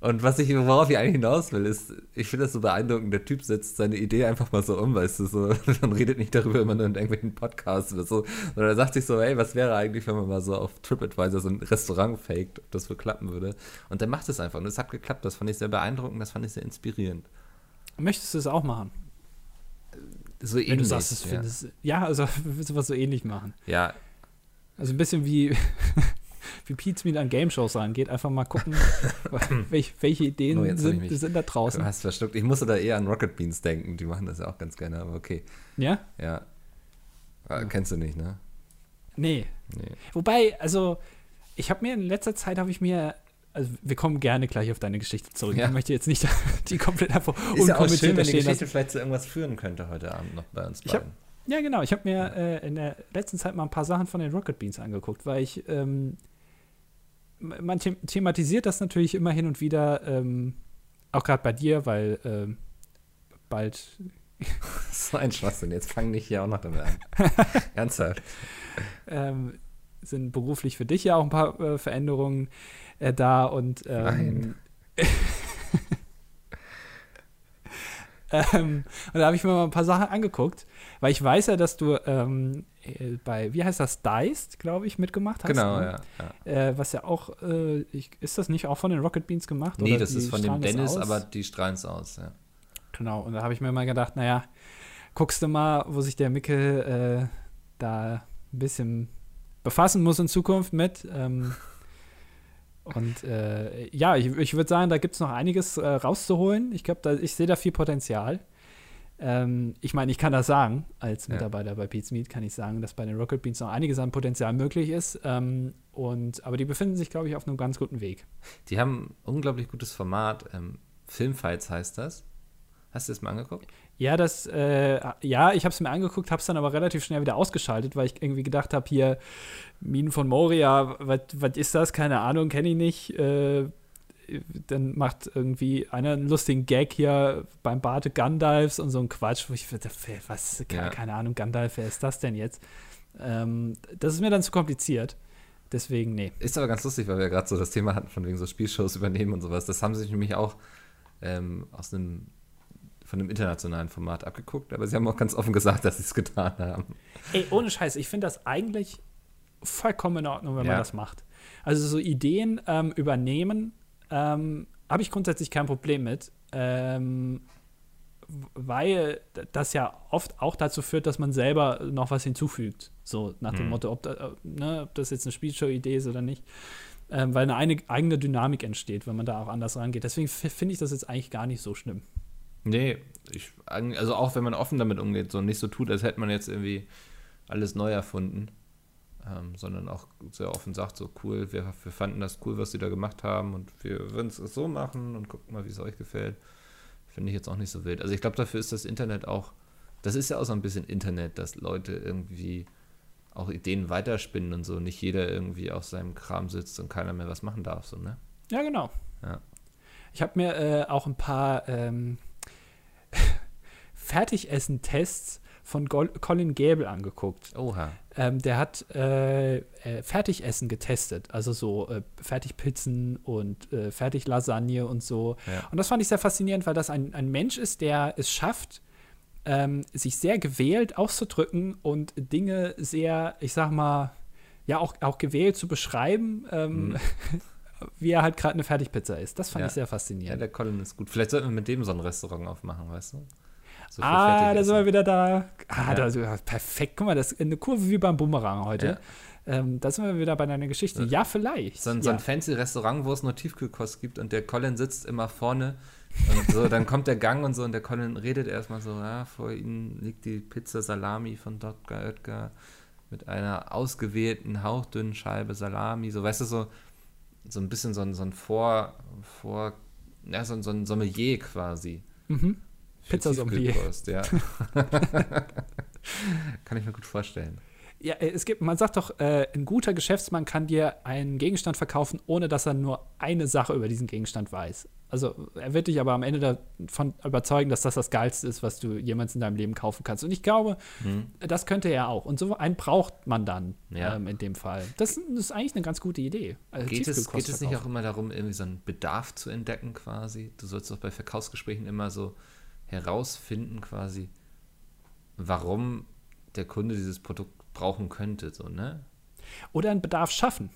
S2: Und was ich, worauf ich eigentlich hinaus will, ist, ich finde das so beeindruckend, der Typ setzt seine Idee einfach mal so um, weißt du, so, man redet nicht darüber immer nur in irgendwelchen Podcasts oder so, sondern er sagt sich so, ey, was wäre eigentlich, wenn man mal so auf TripAdvisor so ein Restaurant faked, ob das wohl klappen würde. Und dann macht es einfach und es hat geklappt, das fand ich sehr beeindruckend, das fand ich sehr inspirierend. Äh,
S1: Möchtest du es auch machen?
S2: So
S1: Wenn du sagst, es
S2: ja.
S1: findest. Ja, also willst du was so ähnlich machen.
S2: Ja,
S1: Also ein bisschen wie, wie Pete's Meet an Game Shows rangeht. Einfach mal gucken, welch, welche Ideen
S2: Oh, jetzt hab ich
S1: sind,
S2: mich-
S1: sind da
S2: du
S1: draußen.
S2: hast verschluckt. Ich musste da eher an Rocket Beans denken, die machen das ja auch ganz gerne, aber okay,
S1: Ja?
S2: ja. Äh, Kennst du nicht, ne?
S1: Nee.
S2: Nee.
S1: Wobei, also ich habe mir in letzter Zeit, habe ich mir, also wir kommen gerne gleich auf deine Geschichte zurück.
S2: Ja.
S1: Ich möchte jetzt nicht die komplett einfach
S2: Ist ja auch
S1: unkommentiert
S2: schön, wenn die
S1: stehen lassen.
S2: Geschichte vielleicht zu irgendwas führen könnte heute Abend noch bei uns
S1: Ich hab-
S2: beiden.
S1: Ja, genau. Ich habe mir äh, in der letzten Zeit mal ein paar Sachen von den Rocket Beans angeguckt, weil ich ähm, m- man them thematisiert das natürlich immer hin und wieder, ähm, auch gerade bei dir, weil ähm, bald
S2: So ein Schwachsinn. Jetzt fangen nicht hier auch noch damit an. Ernsthaft.
S1: ähm, sind beruflich für dich ja auch ein paar äh, Veränderungen äh, da und ähm,
S2: Nein.
S1: ähm, und da habe ich mir mal ein paar Sachen angeguckt, weil ich weiß ja, dass du ähm, äh, bei, wie heißt das, Diced, glaube ich, mitgemacht hast.
S2: Genau,
S1: ne?
S2: ja. ja.
S1: Äh, was ja auch, äh, ich, ist das nicht auch von den Rocket Beans gemacht?
S2: Nee,
S1: oder
S2: das
S1: die
S2: ist von dem
S1: strahlen das
S2: Dennis,
S1: aus?
S2: aber die strahlen es aus. Ja.
S1: Genau, und da habe ich mir mal gedacht, naja, guckst du mal, wo sich der Mickel äh, da ein bisschen befassen muss in Zukunft mit. Ähm, und äh, ja, ich, ich würde sagen, da gibt es noch einiges äh, rauszuholen. Ich glaube, da- ich sehe da viel Potenzial. Ähm, ich meine, ich kann das sagen, als
S2: Ja.
S1: Mitarbeiter bei Pete's Meat kann ich sagen, dass bei den Rocket Beans noch einiges an Potenzial möglich ist. Ähm, und, aber die befinden sich, glaube ich, auf einem ganz guten Weg.
S2: Die haben ein unglaublich gutes Format. Ähm, Filmfights heißt das. Hast du das mal angeguckt?
S1: Ja, das, äh, ja, ich habe es mir angeguckt, habe es dann aber relativ schnell wieder ausgeschaltet, weil ich irgendwie gedacht habe, hier Minen von Moria, was ist das? Keine Ahnung, kenne ich nicht. Äh, dann macht irgendwie einer einen lustigen Gag hier beim Barte Gandalfs und so ein Quatsch, wo ich dachte, wer- was, keine,
S2: Ja.
S1: keine Ahnung, Gandalf, wer ist das denn jetzt? Ähm, das ist mir dann zu kompliziert. Deswegen, nee.
S2: Ist aber ganz lustig, weil wir gerade so das Thema hatten, von wegen so Spielshows übernehmen und sowas. Das haben sie sich nämlich auch ähm, aus einem von einem internationalen Format abgeguckt, aber sie haben auch ganz offen gesagt, dass sie es getan haben.
S1: Ey, ohne Scheiß, ich finde das eigentlich vollkommen in Ordnung, wenn man
S2: Ja.
S1: das macht. Also so Ideen ähm, übernehmen ähm, habe ich grundsätzlich kein Problem mit, ähm, w- weil d- das ja oft auch dazu führt, dass man selber noch was hinzufügt. So nach dem
S2: Mhm.
S1: Motto, ob, da, äh, ne, ob das jetzt eine Spielshow-Idee ist oder nicht. Ähm, weil eine eig- eigene Dynamik entsteht, wenn man da auch anders rangeht. Deswegen f- finde ich das jetzt eigentlich gar nicht so schlimm.
S2: Nee, ich, also auch wenn man offen damit umgeht, so nicht so tut, als hätte man jetzt irgendwie alles neu erfunden, ähm, sondern auch sehr offen sagt, so cool, wir, wir fanden das cool, was die da gemacht haben und wir würden es so machen und gucken mal, wie es euch gefällt. Finde ich jetzt auch nicht so wild. Also ich glaube, dafür ist das Internet auch, das ist ja auch so ein bisschen Internet, dass Leute irgendwie auch Ideen weiterspinnen und so, nicht jeder irgendwie auf seinem Kram sitzt und keiner mehr was machen darf, so, ne?
S1: Ja, genau.
S2: Ja.
S1: Ich habe mir äh, auch ein paar ähm, Fertigessen-Tests von Gol Colin Gable angeguckt.
S2: Oha.
S1: Ähm, der hat äh, äh, Fertigessen getestet, also so äh, Fertigpizzen und äh, Fertiglasagne und so.
S2: Ja.
S1: Und das fand ich sehr faszinierend, weil das ein, ein Mensch ist, der es schafft, ähm, sich sehr gewählt auszudrücken und Dinge sehr, ich sag mal, ja, auch, auch gewählt zu beschreiben, ähm, wie er halt gerade eine Fertigpizza ist. Das fand
S2: Mhm. Ja.
S1: ich sehr
S2: Ja,
S1: faszinierend.
S2: der Colin ist gut. Vielleicht sollten wir mit dem so ein Restaurant aufmachen, weißt du? So für
S1: ah, da sind wir
S2: Fertigessen.
S1: wieder da. Ah,
S2: Ja.
S1: da sind wir, perfekt. Guck mal, das ist eine Kurve wie beim Bumerang heute. Ähm, da sind wir wieder bei deiner Geschichte. Ja, vielleicht.
S2: so ein, so
S1: ja.
S2: ein fancy Restaurant, wo es nur Tiefkühlkost gibt und der Colin sitzt immer vorne und so, dann kommt der Gang und so und der Colin redet erstmal so, ja, vor ihnen liegt die Pizza Salami von Dr. Oetker mit einer ausgewählten, hauchdünnen Scheibe Salami, so, weißt du, so, so ein bisschen so ein, so ein Vor, Vor, ja, so ein, so ein Sommelier quasi.
S1: mhm.
S2: für
S1: Pizzasommelier.
S2: Tiefkühlkost, Ja. Kann ich mir gut vorstellen.
S1: Ja, äh, es gibt, man sagt doch, äh, ein guter Geschäftsmann kann dir einen Gegenstand verkaufen, ohne dass er nur eine Sache über diesen Gegenstand weiß. Also er wird dich aber am Ende davon überzeugen, dass das das Geilste ist, was du jemals in deinem Leben kaufen kannst. Und ich glaube, das könnte er auch. Und so einen braucht man dann
S2: Mhm. Ja.
S1: ähm, in dem Fall. Das, ist eigentlich eine ganz gute Idee. Also
S2: Geht es,
S1: Tiefkühlkost
S2: geht es nicht auch
S1: verkaufen.
S2: immer darum, irgendwie so einen Bedarf zu entdecken quasi? Du sollst doch bei Verkaufsgesprächen immer so herausfinden quasi, warum der Kunde dieses Produkt brauchen könnte, so, ne?
S1: Oder einen Bedarf schaffen.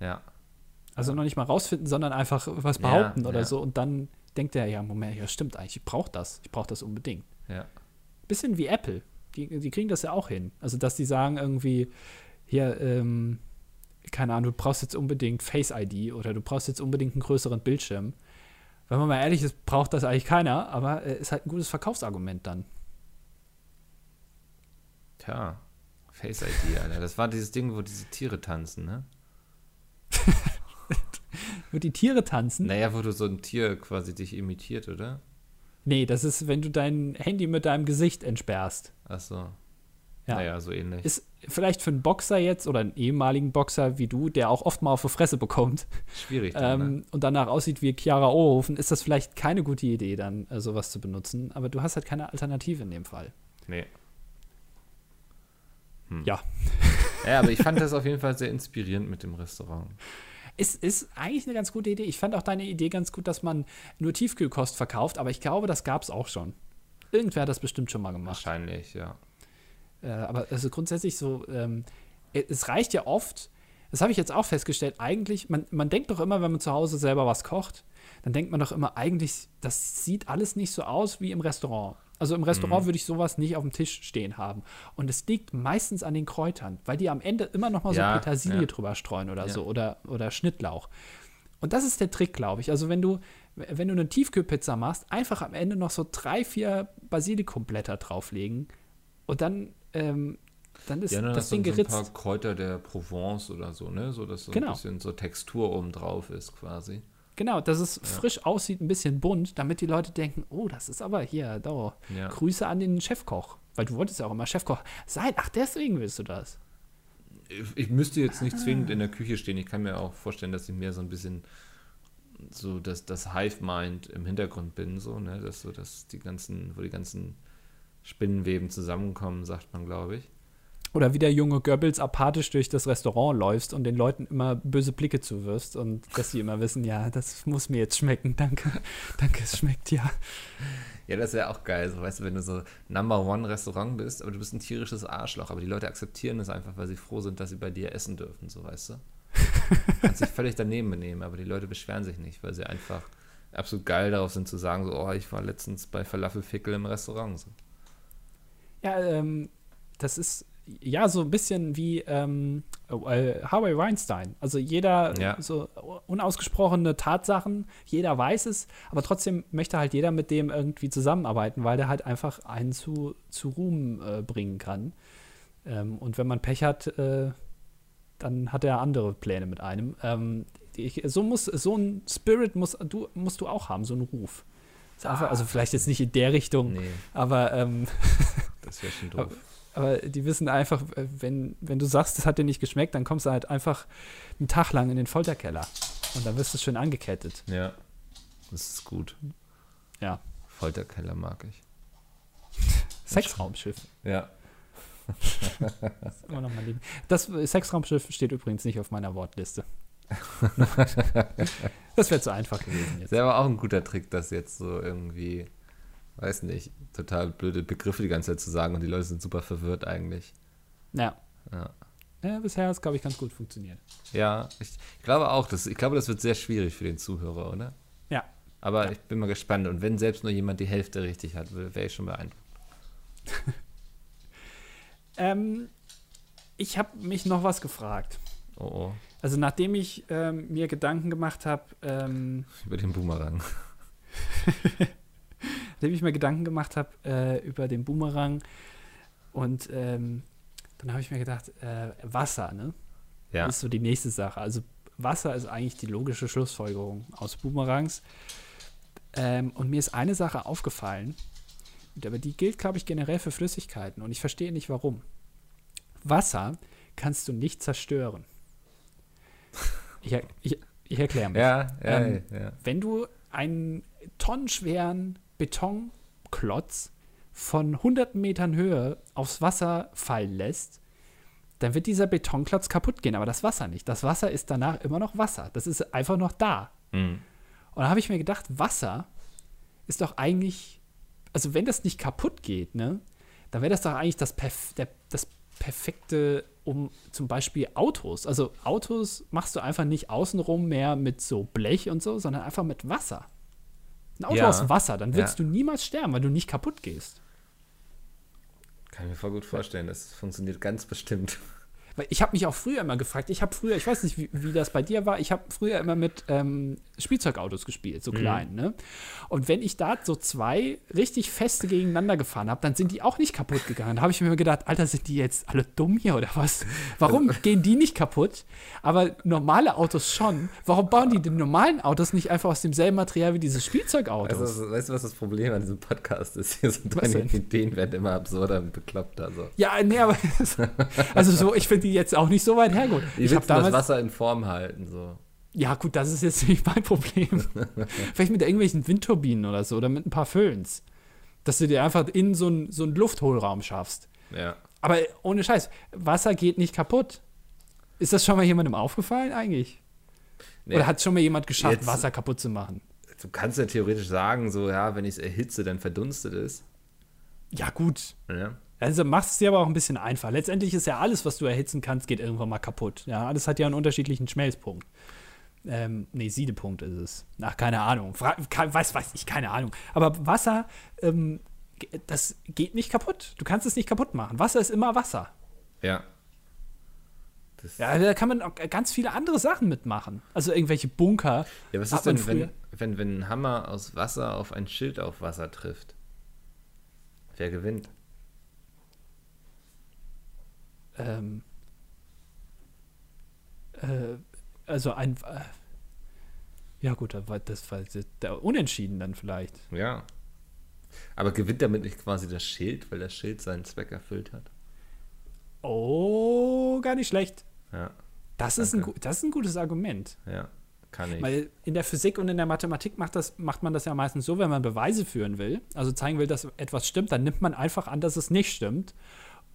S2: Ja.
S1: Also noch nicht mal rausfinden, sondern einfach was behaupten oder
S2: ja.
S1: so. Und dann denkt er, ja, Moment, ja, stimmt eigentlich, ich brauche das. Ich brauche das unbedingt.
S2: Ja.
S1: bisschen wie Apple. Die, die kriegen das ja auch hin. Also, dass die sagen irgendwie, hier, ähm, keine Ahnung, du brauchst jetzt unbedingt Face ID oder du brauchst jetzt unbedingt einen größeren Bildschirm. Wenn man mal ehrlich ist, braucht das eigentlich keiner, aber äh, ist halt ein gutes Verkaufsargument dann.
S2: Tja. Face ID, Alter. Das war dieses Ding, wo diese Tiere tanzen, ne?
S1: Wird die Tiere tanzen?
S2: Naja, wo du so ein Tier quasi dich imitiert, oder?
S1: Nee, das ist, wenn du dein Handy mit deinem Gesicht entsperrst.
S2: Ach so.
S1: Ja.
S2: Naja, so ähnlich.
S1: Ist vielleicht für einen Boxer jetzt oder einen ehemaligen Boxer wie du, der auch oft mal auf die Fresse bekommt
S2: Schwierig. dann, ne?
S1: ähm, und danach aussieht wie Chiara Ohofen, ist das vielleicht keine gute Idee, dann äh, sowas zu benutzen. Aber du hast halt keine Alternative in dem Fall.
S2: Nee. Hm.
S1: Ja.
S2: Ja, aber ich fand das auf jeden Fall sehr inspirierend mit dem Restaurant.
S1: Es ist eigentlich eine ganz gute Idee. Ich fand auch deine Idee ganz gut, dass man nur Tiefkühlkost verkauft, aber ich glaube, das gab es auch schon. Irgendwer hat das bestimmt schon mal gemacht.
S2: Wahrscheinlich, ja.
S1: Äh, aber also grundsätzlich so, ähm, e- es reicht ja oft, das habe ich jetzt auch festgestellt, eigentlich, man, man denkt doch immer, wenn man zu Hause selber was kocht, dann denkt man doch immer, eigentlich, das sieht alles nicht so aus wie im Restaurant. Also im
S2: Mhm.
S1: Restaurant würde ich sowas nicht auf dem Tisch stehen haben. Und es liegt meistens an den Kräutern, weil die am Ende immer noch mal
S2: Ja,
S1: so Petersilie
S2: ja.
S1: drüber streuen oder
S2: Ja.
S1: so oder, oder Schnittlauch. Und das ist der Trick, glaube ich. Also wenn du, wenn du eine Tiefkühlpizza machst, einfach am Ende noch so drei, vier Basilikumblätter drauflegen und dann, ähm, dann ist
S2: Ja, dann
S1: das
S2: hast du
S1: Ding
S2: so ein
S1: geritzt.
S2: paar Kräuter der Provence oder so, ne? So dass so
S1: Genau.
S2: ein bisschen so Textur oben drauf ist quasi.
S1: Genau, dass es frisch aussieht, ein bisschen bunt, damit die Leute denken, oh, das ist aber hier, da.
S2: Ja.
S1: Grüße an den Chefkoch. Weil du wolltest ja auch immer Chefkoch sein. Ach, deswegen willst du das.
S2: Ich, ich müsste jetzt
S1: Ah.
S2: nicht zwingend in der Küche stehen. Ich kann mir auch vorstellen, dass ich mehr so ein bisschen so das, das Hive-Mind im Hintergrund bin, so, ne? Dass so, dass die ganzen, wo die ganzen Spinnenweben zusammenkommen, sagt man, glaube ich.
S1: Oder wie der junge Goebbels apathisch durch das Restaurant läufst und den Leuten immer böse Blicke zuwirfst und dass sie immer wissen, ja, das muss mir jetzt schmecken, danke, danke, es schmeckt ja.
S2: Ja, das wäre auch geil, so, weißt du, wenn du so Number One Restaurant bist, aber du bist ein tierisches Arschloch, aber die Leute akzeptieren das einfach, weil sie froh sind, dass sie bei dir essen dürfen, so, weißt du? Kannst dich völlig daneben benehmen, aber die Leute beschweren sich nicht, weil sie einfach absolut geil darauf sind zu sagen, so, oh, ich war letztens bei Falafelfickel im Restaurant, so.
S1: Ja, ähm, das ist ja so ein bisschen wie ähm, äh, Harvey Weinstein. Also jeder
S2: Ja.
S1: so unausgesprochene Tatsachen, jeder weiß es, aber trotzdem möchte halt jeder mit dem irgendwie zusammenarbeiten, weil der halt einfach einen zu, zu Ruhm äh, bringen kann. Ähm, und wenn man Pech hat, äh, dann hat er andere Pläne mit einem. Ähm, ich, so muss so ein Spirit muss du musst du auch haben, so einen Ruf. Ist einfach, also vielleicht jetzt nicht in der Richtung,
S2: Ah. Nee,
S1: aber ähm,
S2: das wäre schon doof.
S1: aber die wissen einfach, äh, wenn, wenn du sagst, das hat dir nicht geschmeckt, dann kommst du halt einfach einen Tag lang in den Folterkeller. Und dann wirst du schön angekettet.
S2: Ja, das ist gut.
S1: Ja.
S2: Folterkeller mag ich.
S1: Sexraumschiff.
S2: Ja.
S1: Das ist Immer noch mein Leben. Das äh, Sexraumschiff steht übrigens nicht auf meiner Wortliste. das wäre zu einfach gewesen jetzt.
S2: Das war auch ein guter Trick, das jetzt so irgendwie, weiß nicht, total blöde Begriffe die ganze Zeit zu sagen und die Leute sind super verwirrt eigentlich.
S1: Ja.
S2: Ja.
S1: ja bisher hat es, glaube ich, ganz gut funktioniert.
S2: Ja, ich glaube auch. Das, ich glaube, das wird sehr schwierig für den Zuhörer, oder?
S1: Ja.
S2: Aber ich bin mal gespannt. Und wenn selbst nur jemand die Hälfte richtig hat, wäre ich schon beeindruckt.
S1: Ähm, ich habe mich noch was gefragt.
S2: Oh, oh.
S1: Also, nachdem ich ähm, mir Gedanken gemacht habe, ähm,
S2: Über den Boomerang.
S1: Nachdem ich mir Gedanken gemacht habe äh, über den Boomerang und ähm, dann habe ich mir gedacht, äh, Wasser, ne?
S2: Ja.
S1: Ist so die nächste Sache. Also Wasser ist eigentlich die logische Schlussfolgerung aus Boomerangs. Ähm, und mir ist eine Sache aufgefallen, und aber die gilt, glaube ich, generell für Flüssigkeiten und ich verstehe nicht warum. Wasser kannst du nicht zerstören. Ich, er- ich, ich erkläre mich
S2: Ja, ja,
S1: Ähm,
S2: ja.
S1: wenn du einen tonnenschweren Betonklotz von 100 Metern Höhe aufs Wasser fallen lässt, dann wird dieser Betonklotz kaputt gehen, aber das Wasser nicht. Das Wasser ist danach immer noch Wasser. Das ist einfach noch da.
S2: Hm.
S1: Und da habe ich mir gedacht, Wasser ist doch eigentlich, also wenn das nicht kaputt geht, ne, dann wäre das doch eigentlich das, Perf der, das perfekte, um zum Beispiel Autos. Also Autos machst du einfach nicht außenrum mehr mit so Blech und so, sondern einfach mit Wasser. Ein Auto
S2: Ja.
S1: aus Wasser, dann würdest
S2: Ja.
S1: du niemals sterben, weil du nicht kaputt gehst.
S2: Kann ich mir voll gut vorstellen. Das funktioniert ganz bestimmt.
S1: Weil ich habe mich auch früher immer gefragt, ich habe früher, ich weiß nicht, wie, wie das bei dir war, ich habe früher immer mit ähm, Spielzeugautos gespielt, so klein, ne? Und wenn ich da so zwei richtig feste gegeneinander gefahren habe, dann sind die auch nicht kaputt gegangen. Da habe ich mir immer gedacht, Alter, sind die jetzt alle dumm hier oder was? Warum gehen die nicht kaputt? Aber normale Autos schon. Warum bauen die den normalen Autos nicht einfach aus demselben Material wie diese Spielzeugautos?
S2: Weißt du, Also, weißt du, was das Problem an diesem Podcast ist? Hier sind
S1: Was
S2: deine
S1: denn?
S2: Ideen werden immer absurder und bekloppter. Also.
S1: ja, nee, aber also so, ich finde die jetzt auch nicht so weit hergeholt.
S2: Wie
S1: ich habe
S2: willst du das
S1: damals
S2: Wasser in Form halten? So?
S1: Ja, gut, das ist jetzt nicht mein Problem. Vielleicht mit irgendwelchen Windturbinen oder so oder mit ein paar Föhns. Dass du dir einfach in so einen so einen Lufthohlraum schaffst.
S2: Ja.
S1: Aber ohne Scheiß, Wasser geht nicht kaputt. Ist das schon mal jemandem aufgefallen eigentlich?
S2: Nee.
S1: Oder hat schon mal jemand geschafft,
S2: Jetzt-
S1: Wasser kaputt zu machen?
S2: Du kannst ja theoretisch sagen, so, ja, wenn ich es erhitze, dann verdunstet es. ne?
S1: Ja, gut.
S2: Ja.
S1: Also machst es dir aber auch ein bisschen einfach. Letztendlich ist ja alles, was du erhitzen kannst, geht irgendwann mal kaputt. Ja, alles hat ja einen unterschiedlichen Schmelzpunkt. Ähm, nee, Siedepunkt ist es. Ach, keine Ahnung. Fra ke weiß, weiß ich, keine Ahnung. Aber Wasser, ähm, ge- das geht nicht kaputt. Du kannst es nicht kaputt machen. Wasser ist immer Wasser.
S2: Ja. Das,
S1: Ja, da kann man auch ganz viele andere Sachen mitmachen. Also irgendwelche Bunker.
S2: Ja, was
S1: Hat
S2: ist
S1: man
S2: denn, wenn,
S1: früher-
S2: wenn, wenn ein Hammer aus Wasser auf ein Schild auf Wasser trifft? Wer gewinnt?
S1: Ähm, äh, also ein. Äh, ja, gut, das war, das war der Unentschieden dann vielleicht.
S2: Ja. Aber gewinnt damit nicht quasi das Schild, weil das Schild seinen Zweck erfüllt hat?
S1: Oh, gar nicht schlecht.
S2: Ja,
S1: Das ist, ein,
S2: Danke.
S1: gu- das ist ein gutes Argument.
S2: ja. Kann ich.
S1: Weil in der Physik und in der Mathematik macht, das, macht man das ja meistens so, wenn man Beweise führen will, also zeigen will, dass etwas stimmt, dann nimmt man einfach an, dass es nicht stimmt.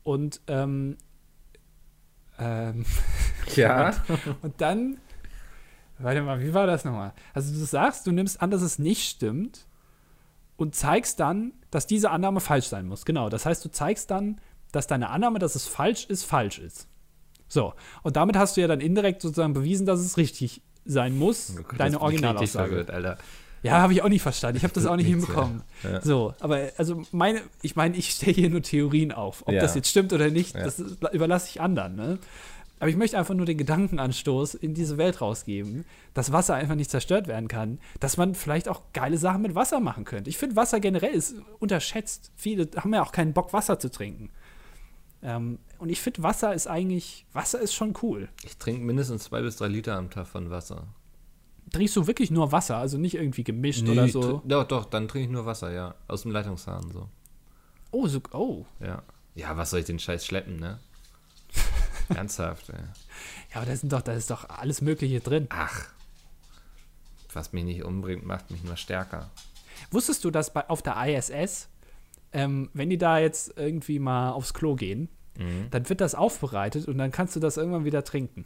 S1: Und, ähm, ähm,
S2: Ja.
S1: und dann, warte mal, wie war das nochmal? Also du sagst, du nimmst an, dass es nicht stimmt und zeigst dann, dass diese Annahme falsch sein muss. Genau, das heißt, du zeigst dann, dass deine Annahme, dass es falsch ist, falsch ist. So, und damit hast du ja dann indirekt sozusagen bewiesen, dass es richtig sein muss,
S2: Oh
S1: deine
S2: Gott, das bin ich richtig
S1: Originalaussage.
S2: verwirrt, Alter.
S1: Ja, habe ich auch nicht verstanden. Ich habe das auch nicht
S2: Nichts,
S1: hinbekommen.
S2: ja. Ja.
S1: So, aber also meine, ich meine, ich stelle hier nur Theorien auf. Ob
S2: Ja.
S1: das jetzt stimmt oder nicht,
S2: Ja.
S1: das ist- überlasse ich anderen. Ne? Aber ich möchte einfach nur den Gedankenanstoß in diese Welt rausgeben, dass Wasser einfach nicht zerstört werden kann, dass man vielleicht auch geile Sachen mit Wasser machen könnte. Ich finde, Wasser generell ist unterschätzt. Viele haben ja auch keinen Bock, Wasser zu trinken. Ähm, und ich finde, Wasser ist eigentlich, Wasser ist schon cool.
S2: Ich trinke mindestens zwei bis drei Liter am Tag von Wasser.
S1: Trinkst du wirklich nur Wasser, also nicht irgendwie gemischt
S2: Nee,
S1: oder
S2: ich
S1: so?
S2: tr- Doch, doch, dann trinke ich nur Wasser, ja. Aus dem Leitungshahn so.
S1: Oh, so, oh,
S2: Ja. Ja, was soll ich den Scheiß schleppen, ne? Ernsthaft, ey.
S1: Ja, aber da, sind doch, da ist doch alles Mögliche drin.
S2: Ach. Was mich nicht umbringt, macht mich nur stärker.
S1: Wusstest du, dass bei, auf der ISS, ähm, wenn die da jetzt irgendwie mal aufs Klo gehen,
S2: Mhm.
S1: dann wird das aufbereitet und dann kannst du das irgendwann wieder trinken.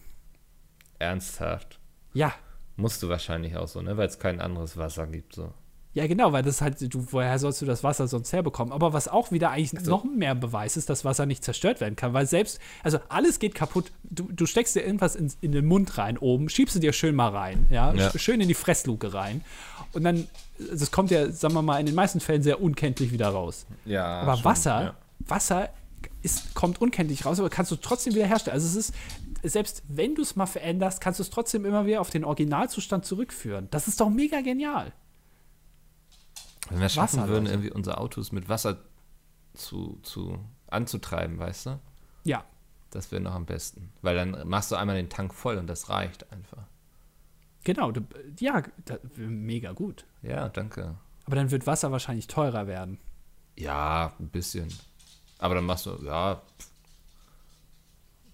S2: Ernsthaft.
S1: Ja,
S2: Musst du wahrscheinlich auch so, ne? Weil es kein anderes Wasser gibt, so.
S1: ja genau, weil das ist halt, du, woher sollst du das Wasser sonst herbekommen? Aber was auch wieder eigentlich noch mehr Beweis ist, dass Wasser nicht zerstört werden kann, weil selbst, also alles geht kaputt. Du, du steckst dir irgendwas in, in den Mund rein oben, schiebst du dir schön mal rein, ja,
S2: Ja.
S1: Sch- schön in die Fressluke rein und dann, das kommt ja, sagen wir mal, in den meisten Fällen sehr unkenntlich wieder raus.
S2: Ja.
S1: Aber
S2: Ah, schon,
S1: Wasser,
S2: ja.
S1: Wasser ist, kommt unkenntlich raus, aber kannst du trotzdem wieder herstellen. Also es ist, selbst wenn du es mal veränderst, kannst du es trotzdem immer wieder auf den Originalzustand zurückführen. Das ist doch mega genial.
S2: Wenn wir es schaffen
S1: Wasser,
S2: würden,
S1: Leute.
S2: irgendwie unsere Autos mit Wasser zu, zu anzutreiben, weißt du?
S1: Ja.
S2: Das wäre noch am besten. Weil dann machst du einmal den Tank voll und das reicht einfach.
S1: Genau, du, ja, da, mega gut.
S2: Ja, danke.
S1: Aber dann wird Wasser wahrscheinlich teurer werden.
S2: Ja, ein bisschen. Aber dann machst du, ja,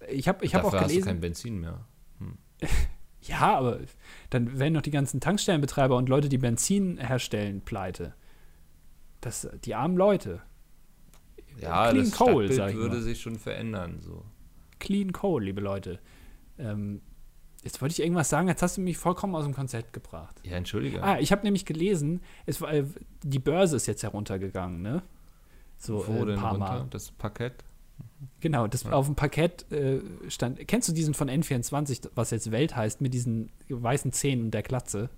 S1: Ich habe ich hab
S2: dafür
S1: auch
S2: hast du kein
S1: gelesen,
S2: Benzin mehr.
S1: ja, aber dann werden doch die ganzen Tankstellenbetreiber und Leute, die Benzin herstellen, pleite. Das, die armen Leute.
S2: Ja,
S1: äh, Clean
S2: das
S1: Coal,
S2: Stadtbild
S1: sag ich
S2: würde
S1: mal.
S2: sich schon verändern. So.
S1: Clean Coal, liebe Leute. Ähm, jetzt wollte ich irgendwas sagen, jetzt hast du mich vollkommen aus dem Konzept gebracht.
S2: Ja, entschuldige.
S1: Ah, ich habe nämlich gelesen, es war, äh, die Börse ist jetzt heruntergegangen, ne? So äh,
S2: Wo
S1: ein
S2: denn
S1: paar
S2: runter?
S1: Mal.
S2: Das Parkett?
S1: Genau, das auf dem Parkett äh, stand. Kennst du diesen von N24, was jetzt Welt heißt, mit diesen weißen Zähnen und der Glatze?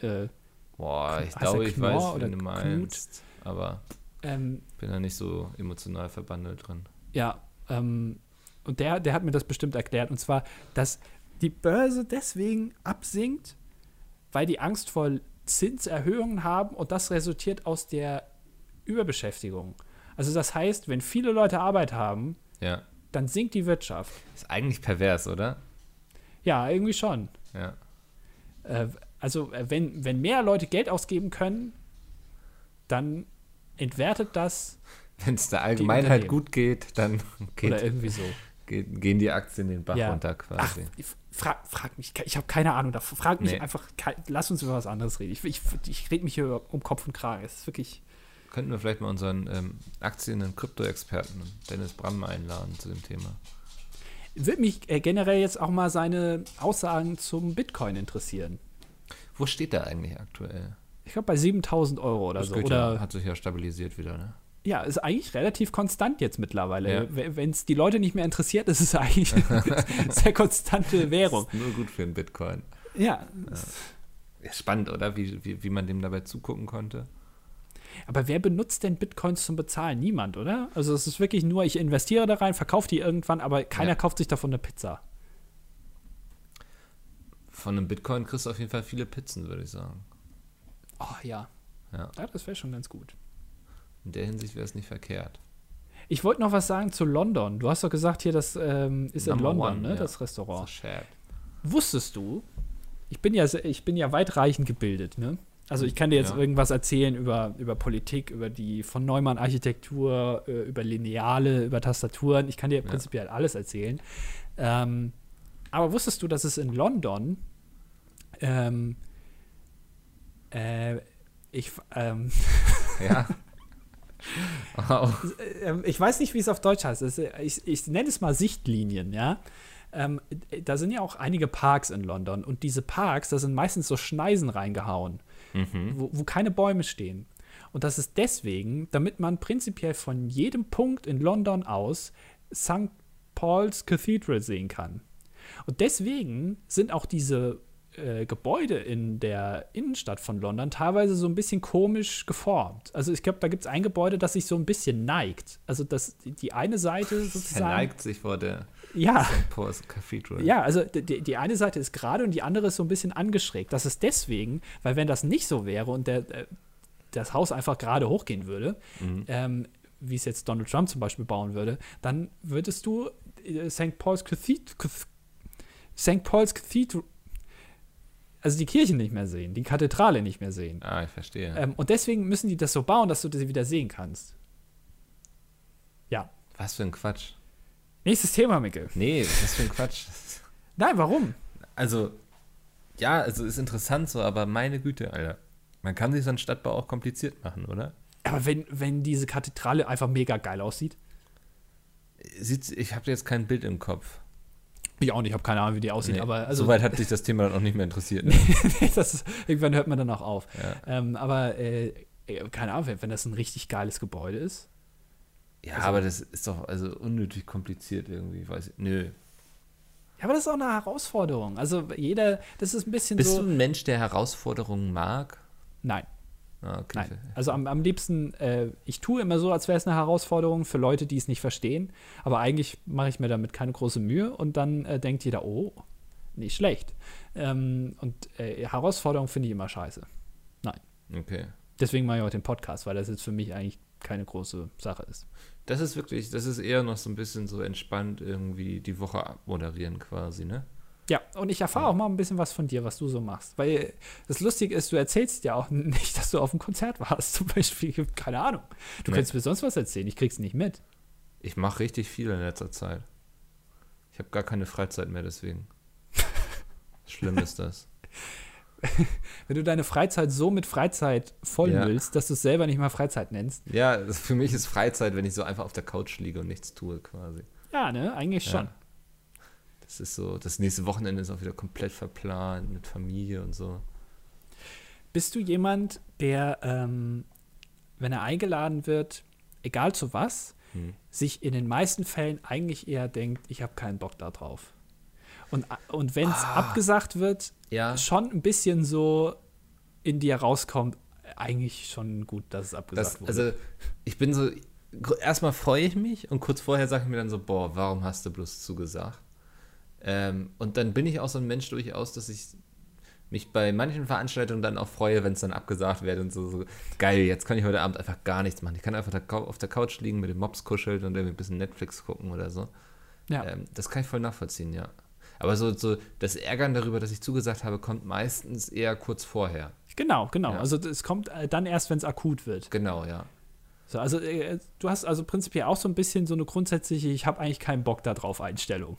S1: Äh,
S2: Boah, ich
S1: Heißt der
S2: glaube, ich
S1: Knorr
S2: weiß,
S1: oder
S2: wen du
S1: Knut?
S2: meinst. Aber
S1: ähm,
S2: bin da nicht so emotional verbandelt drin.
S1: Ja, ähm, und der, der hat mir das bestimmt erklärt, und zwar, dass die Börse deswegen absinkt, weil die Angst vor Zinserhöhungen haben und das resultiert aus der Überbeschäftigung. Also das heißt, wenn viele Leute Arbeit haben,
S2: Ja.
S1: dann sinkt die Wirtschaft.
S2: Ist eigentlich pervers, oder?
S1: Ja, irgendwie schon.
S2: Ja.
S1: Äh, also äh, wenn, wenn mehr Leute Geld ausgeben können, dann entwertet das
S2: Wenn es der Allgemeinheit
S1: Unternehmen.
S2: gut geht, dann
S1: oder
S2: geht,
S1: irgendwie so.
S2: geht, gehen die Aktien den Bach
S1: Ja.
S2: runter quasi.
S1: Ach, f- frag, frag mich, ich habe keine Ahnung. davon. Frag mich
S2: Nee.
S1: einfach, ke- lass uns über was anderes reden. Ich, ich, ich rede mich hier um Kopf und Kragen. Es ist wirklich,
S2: Könnten wir vielleicht mal unseren ähm, Aktien- und Krypto-Experten Dennis Bramm einladen zu dem Thema.
S1: würde mich äh, generell jetzt auch mal seine Aussagen zum Bitcoin interessieren.
S2: Wo steht der eigentlich aktuell?
S1: Ich glaube bei 7000 Euro oder
S2: Das
S1: so.
S2: geht
S1: Also, Oder
S2: ja, hat sich ja stabilisiert wieder, ne?
S1: Ja, ist eigentlich relativ konstant jetzt mittlerweile.
S2: Ja.
S1: Wenn es die Leute nicht mehr interessiert, ist es eigentlich eine sehr konstante Währung.
S2: Ist nur gut für den Bitcoin.
S1: Ja.
S2: Ja, Spannend, oder? Wie, wie, wie man dem dabei zugucken konnte.
S1: Aber wer benutzt denn Bitcoins zum Bezahlen? Niemand, oder? Also es ist wirklich nur, ich investiere da rein, verkaufe die irgendwann, aber keiner
S2: Ja.
S1: kauft sich davon eine Pizza.
S2: Von einem Bitcoin kriegst du auf jeden Fall viele Pizzen, würde ich sagen.
S1: Oh ja.
S2: Ja.
S1: ja das wäre schon ganz gut.
S2: In der Hinsicht wäre es nicht verkehrt.
S1: Ich wollte noch was sagen zu London. Du hast doch gesagt, hier, das ähm, ist in
S2: Number
S1: London,
S2: one,
S1: ne?
S2: ja.
S1: Das Restaurant.
S2: Verschärft.
S1: Wusstest du, ich bin ja, se- ich bin ja weitreichend gebildet, ne? Also ich kann dir jetzt
S2: Ja.
S1: irgendwas erzählen über, über Politik, über die von Neumann Architektur, äh, über Lineale, über Tastaturen. Ich kann dir prinzipiell alles erzählen. Ähm, aber wusstest du, dass es in London ähm, äh, ich, ähm,
S2: Ja. Wow.
S1: ähm, ich weiß nicht, wie es auf Deutsch heißt. Es, äh, ich, ich nenne es mal Sichtlinien, ja. Ähm, äh, da sind ja auch einige Parks in London und diese Parks, da sind meistens so Schneisen reingehauen, wo, wo keine Bäume stehen. Und das ist deswegen, damit man prinzipiell von jedem Punkt in London aus St. Paul's Cathedral sehen kann. Und deswegen sind auch diese äh, Gebäude in der Innenstadt von London teilweise so ein bisschen komisch geformt. Also ich glaube, da gibt es ein Gebäude, das sich so ein bisschen neigt. Also das, die- die eine Seite
S2: Er
S1: sozusagen.
S2: neigt sich vor der
S1: Ja.
S2: Paul's Cathedral.
S1: Ja, also d- die, die eine Seite ist gerade und die andere ist so ein bisschen angeschrägt. Das ist deswegen, weil wenn das nicht so wäre und der, äh, das Haus einfach gerade hochgehen würde, ähm, wie es jetzt Donald Trump zum Beispiel bauen würde, dann würdest du äh, St. Paul's Cathedral, St. Paul's Cathedral, also die Kirche nicht mehr sehen, die Kathedrale nicht mehr sehen.
S2: Ah, ich verstehe.
S1: Ähm, und deswegen müssen die das so bauen, dass du sie wieder sehen kannst. Ja.
S2: Was für ein Quatsch.
S1: Nächstes Thema, Mikkel.
S2: Nee, was für ein Quatsch.
S1: Nein, warum?
S2: Also, ja, also ist interessant so, aber meine Güte, Alter. Man kann sich so einen Stadtbau auch kompliziert machen, oder?
S1: Aber wenn, wenn diese Kathedrale einfach mega geil aussieht,
S2: Sieht's, ich habe jetzt kein Bild im Kopf.
S1: Ich auch nicht, ich habe keine Ahnung, wie die aussieht,
S2: Nee,
S1: aber also,
S2: Soweit hat sich das Thema dann auch nicht mehr interessiert. Ne?
S1: das ist, irgendwann hört man dann auch auf.
S2: Ja.
S1: Ähm, aber äh, äh, keine Ahnung, wenn- wenn das ein richtig geiles Gebäude ist.
S2: Ja, aber das ist doch also unnötig kompliziert irgendwie, weiß ich. Nö.
S1: Ja, aber das ist auch eine Herausforderung. Also jeder, das ist ein bisschen
S2: Bist
S1: so.
S2: du ein Mensch, der Herausforderungen mag?
S1: nein,
S2: Ah, okay.
S1: nein. Also am, am liebsten, äh, ich tue immer so, als wäre es eine Herausforderung für Leute, die es nicht verstehen. Aber eigentlich mache ich mir damit keine große Mühe und dann äh, denkt jeder, oh, nicht schlecht. Ähm, und äh, Herausforderung finde ich immer scheiße.
S2: Okay.
S1: Deswegen mache ich auch den Podcast, weil das jetzt für mich eigentlich keine große Sache ist.
S2: Das ist wirklich, das ist eher noch so ein bisschen so entspannt irgendwie die Woche abmoderieren quasi, ne?
S1: Ja, und ich erfahre auch mal ein bisschen was von dir, was du so machst. Weil das Lustige ist, du erzählst ja auch nicht, dass du auf einem Konzert warst, zum Beispiel. Keine Ahnung. Du
S2: Nee.
S1: könntest mir sonst was erzählen, ich krieg's nicht mit.
S2: Ich mache richtig viel in letzter Zeit. Ich habe gar keine Freizeit mehr deswegen. Schlimm ist das.
S1: Wenn du deine Freizeit so mit Freizeit vollmüllst, dass du es selber nicht mal Freizeit nennst.
S2: Ja, das- für mich ist Freizeit, wenn ich so einfach auf der Couch liege und nichts tue quasi.
S1: Ja, ne? Eigentlich schon.
S2: Ja. Das ist so, das nächste Wochenende ist auch wieder komplett verplant mit Familie und so.
S1: Bist du jemand, der, ähm, wenn er eingeladen wird, egal zu was,
S2: Hm.
S1: sich in den meisten Fällen eigentlich eher denkt, ich habe keinen Bock da drauf. Und, und wenn
S2: Ah.
S1: es abgesagt wird,
S2: Ja,
S1: Äh, schon ein bisschen so in dir rauskommt, eigentlich schon gut, dass es abgesagt
S2: das,
S1: wurde.
S2: also ich bin so erstmal freue ich mich und kurz vorher sage ich mir dann so, boah, warum hast du bloß zugesagt? Ähm, und dann bin ich auch so ein Mensch durchaus, dass ich mich bei manchen Veranstaltungen dann auch freue, wenn es dann abgesagt wird und so, so, geil, jetzt kann ich heute Abend einfach gar nichts machen. Ich kann einfach da, auf der Couch liegen, mit dem Mops kuscheln und irgendwie ein bisschen Netflix gucken oder so.
S1: Ja.
S2: Ähm, das kann ich voll nachvollziehen, ja. Aber so, so das Ärgern darüber, dass ich zugesagt habe, kommt meistens eher kurz vorher.
S1: Genau, genau.
S2: Ja.
S1: Also es kommt äh, dann erst, wenn es akut wird.
S2: Genau, ja.
S1: So, also äh, du hast also prinzipiell auch so ein bisschen so eine grundsätzliche, ich habe eigentlich keinen Bock da drauf Einstellung.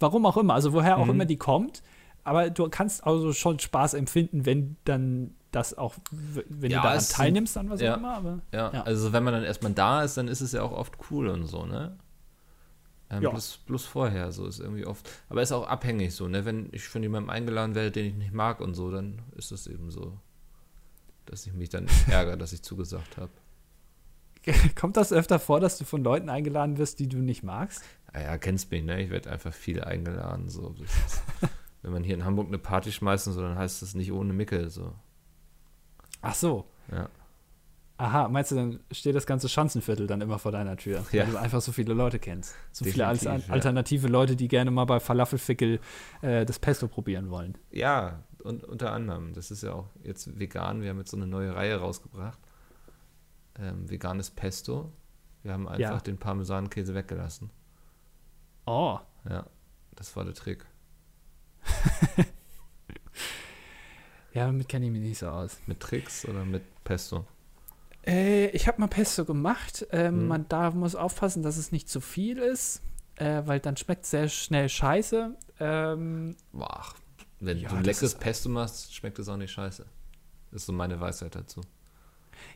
S1: Warum auch immer, also woher auch
S2: Mhm.
S1: immer die kommt, aber du kannst also schon Spaß empfinden, wenn dann das auch, w- wenn
S2: Ja,
S1: du daran
S2: es sind-
S1: teilnimmst, an was
S2: ja.
S1: auch immer. Aber,
S2: Ja,
S1: Ja.
S2: also wenn man dann erstmal da ist, dann ist es ja auch oft cool und so, ne? Ähm,
S1: Ja.
S2: bloß, bloß vorher, so ist irgendwie oft. Aber ist auch abhängig so, ne? Wenn ich von jemandem eingeladen werde, den ich nicht mag und so, dann ist das eben so, dass ich mich dann ärgere, dass ich zugesagt habe.
S1: kommt das öfter vor, dass du von Leuten eingeladen wirst, die du nicht magst?
S2: Ah ja, kennst mich, ne? Ich werde einfach viel eingeladen, so. Das ist, wenn man hier in Hamburg eine Party schmeißt und so, dann heißt das nicht ohne Mickel, so.
S1: Ach so.
S2: Ja.
S1: Aha, meinst du, dann steht das ganze Schanzenviertel dann immer vor deiner Tür,
S2: Ja.
S1: weil du einfach so viele Leute kennst. So viele
S2: Definitiv,
S1: als,
S2: ja.
S1: alternative Leute, die gerne mal bei Falafelfickel äh, das Pesto probieren wollen.
S2: Ja, und unter anderem, das ist ja auch jetzt vegan, wir haben jetzt so eine neue Reihe rausgebracht. Ähm, veganes Pesto. Wir haben einfach
S1: Ja.
S2: den Parmesankäse weggelassen.
S1: Oh,
S2: Ja, das war der Trick.
S1: ja, damit kenne ich mich nicht so aus.
S2: Mit Tricks oder mit Pesto?
S1: Äh, ich habe mal Pesto gemacht. Ähm,
S2: Hm.
S1: Man da muss aufpassen, dass es nicht zu viel ist, äh, weil dann schmeckt sehr schnell scheiße. Ähm,
S2: Boah, wenn
S1: Ja,
S2: du ein
S1: das
S2: leckeres
S1: ist-
S2: Pesto machst, schmeckt es auch nicht scheiße. Ist so meine Weisheit dazu.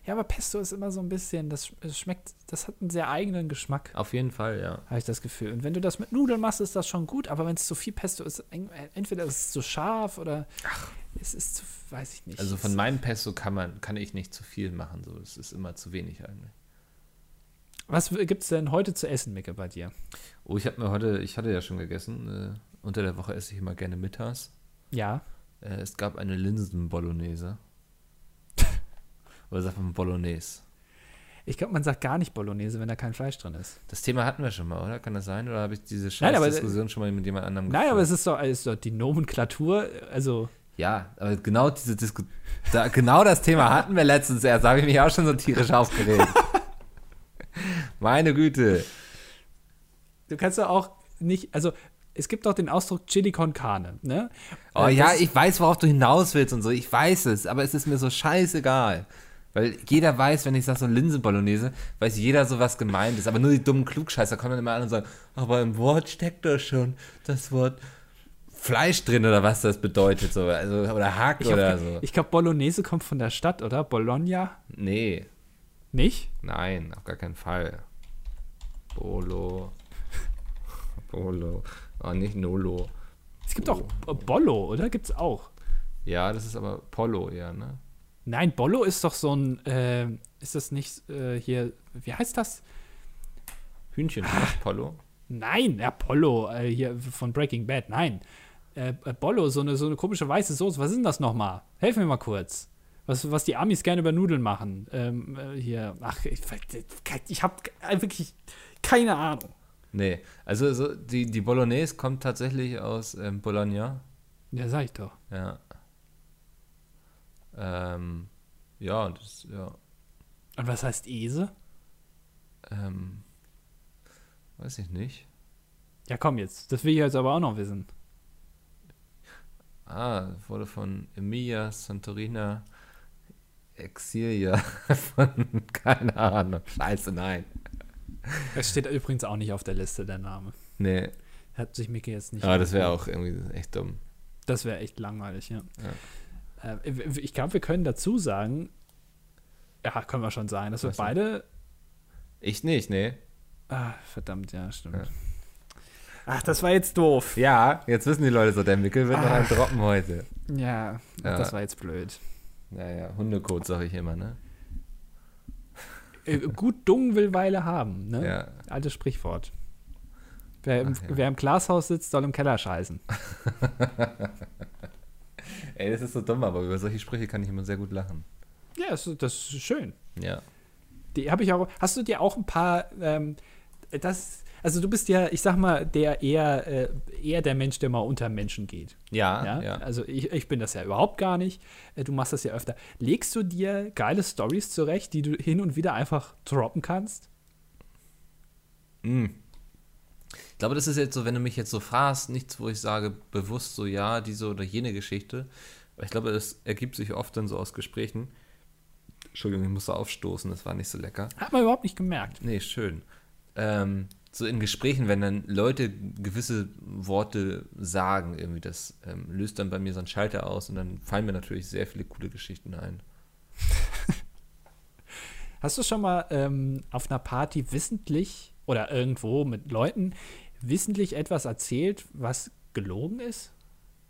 S1: ja, aber Pesto ist immer so ein bisschen, das sch- es schmeckt, das hat einen sehr eigenen Geschmack,
S2: Auf jeden Fall, ja.
S1: habe ich das Gefühl. Und wenn du das mit Nudeln machst, ist das schon gut, aber wenn es zu viel Pesto ist, en- entweder ist es zu scharf oder es ist zu, weiß ich nicht.
S2: Also von
S1: Es-
S2: meinem Pesto kann man, kann ich nicht zu viel machen. So, es ist immer zu wenig eigentlich.
S1: Was gibt es denn heute zu essen, Micke, bei dir?
S2: Oh, ich habe mir heute, ich hatte ja schon gegessen. Äh, unter der Woche esse ich immer gerne mittags.
S1: Ja,
S2: Äh, Es gab eine Linsen-Bolognese. Oder sagt man Bolognese?
S1: ich glaube, man sagt gar nicht Bolognese, wenn da kein Fleisch drin ist.
S2: Das Thema hatten wir schon mal, oder? Kann das sein? Oder habe ich diese
S1: aber-
S2: Scheißdiskussion schon mal mit jemand anderem
S1: Nein, aber
S2: geführt?
S1: es ist doch, es ist doch die Nomenklatur, also
S2: Ja, aber genau diese Disku da, genau das Thema hatten wir letztens erst. Da habe ich mich auch schon so tierisch aufgeregt. Meine Güte.
S1: Du kannst ja auch nicht, also es gibt doch den Ausdruck Chili con Carne, ne?
S2: Oh
S1: Äh,
S2: ja,
S1: das-
S2: ich weiß, worauf du hinaus willst und so. Ich weiß es, aber es ist mir so scheißegal. Weil jeder weiß, wenn ich sage so Linsenbolognese, weiß jeder so, was gemeint ist. Aber nur die dummen Klugscheißer kommen dann immer an und sagen, aber im Wort steckt doch schon das Wort Fleisch drin oder was das bedeutet. So. Also, oder Hack
S1: Ich
S2: oder
S1: glaube,
S2: so.
S1: glaub, Bolognese kommt von der Stadt, oder? Bologna?
S2: Nee,
S1: Nicht?
S2: nein, auf gar keinen Fall. Bolo. Bolo. Oh, nicht Nolo.
S1: Es gibt auch
S2: Oh.
S1: äh, Bollo, oder? Gibt's auch.
S2: Ja, das ist aber Polo eher, ne?
S1: Nein, Bollo ist doch so ein, äh, ist das nicht äh, hier, wie heißt das?
S2: Hühnchen,
S1: Ah.
S2: nicht Polo.
S1: Nein, Apollo, äh, hier von Breaking Bad, nein. Äh, äh, Bollo, so eine, so eine komische weiße Soße, was ist denn das nochmal? Helf mir mal kurz. Was, was die Amis gerne über Nudeln machen. Ähm, äh, hier, ach, ich, ich habe wirklich keine Ahnung.
S2: Nee, also so, die, die Bolognese kommt tatsächlich aus ähm, Bologna.
S1: Ja, sag ich doch.
S2: Ja. Ähm, ja, das, ja.
S1: Und was heißt Ese?
S2: Ähm, weiß ich nicht.
S1: Ja, komm jetzt. Das will ich jetzt aber auch noch wissen.
S2: Ah, wurde von Emilia Santorina Exilia von, keine Ahnung. Scheiße, nein.
S1: Es steht übrigens auch nicht auf der Liste, der Name.
S2: Nee,
S1: Hat sich Mickey jetzt nicht.
S2: aber Ah, das wäre auch irgendwie echt dumm.
S1: Das wäre echt langweilig, ja. Äh, ich glaube, wir können dazu sagen, ja, können wir schon sagen, dass wir
S2: Weiß nicht.
S1: beide
S2: Ich nicht, nee.
S1: Ah, verdammt, ja, stimmt.
S2: Ja.
S1: Ach, das war jetzt doof.
S2: Ja, jetzt wissen die Leute so, der Mickel wird noch ein Droppen heute.
S1: Ja,
S2: Ja.
S1: das war jetzt blöd.
S2: Naja, Hundekot sage ich immer, ne?
S1: Äh, Gut Dung will Weile haben, ne?
S2: Ja.
S1: Altes Sprichwort. Wer im,
S2: Ach, ja.
S1: wer im Glashaus sitzt, soll im Keller scheißen.
S2: Ey, das ist so dumm, aber über solche Sprüche kann ich immer sehr gut lachen.
S1: Ja, das, das ist schön.
S2: Ja.
S1: Die habe ich auch. Hast du dir auch ein paar. Ähm, das, also du bist ja, ich sag mal, der eher, äh, eher der Mensch, der mal unter Menschen geht.
S2: Ja,
S1: Ja?
S2: Ah, ja.
S1: Also ich, ich bin das ja überhaupt gar nicht. Äh, Du machst das ja öfter. Legst du dir geile Stories zurecht, die du hin und wieder einfach droppen kannst?
S2: Mm. Ich glaube, das ist jetzt so, wenn du mich jetzt so fragst, nichts, wo ich sage bewusst so ja, diese oder jene Geschichte. Aber ich glaube, das ergibt sich oft dann so aus Gesprächen. Entschuldigung, ich musste aufstoßen, das war nicht so lecker.
S1: Hat man überhaupt nicht gemerkt.
S2: Nee, schön. Ähm, so in Gesprächen, wenn dann Leute gewisse Worte sagen, irgendwie, das ähm, löst dann bei mir so einen Schalter aus und dann fallen mir natürlich sehr viele coole Geschichten ein.
S1: Hast du schon mal ähm, auf einer Party wissentlich oder irgendwo mit Leuten wissentlich etwas erzählt, was gelogen ist?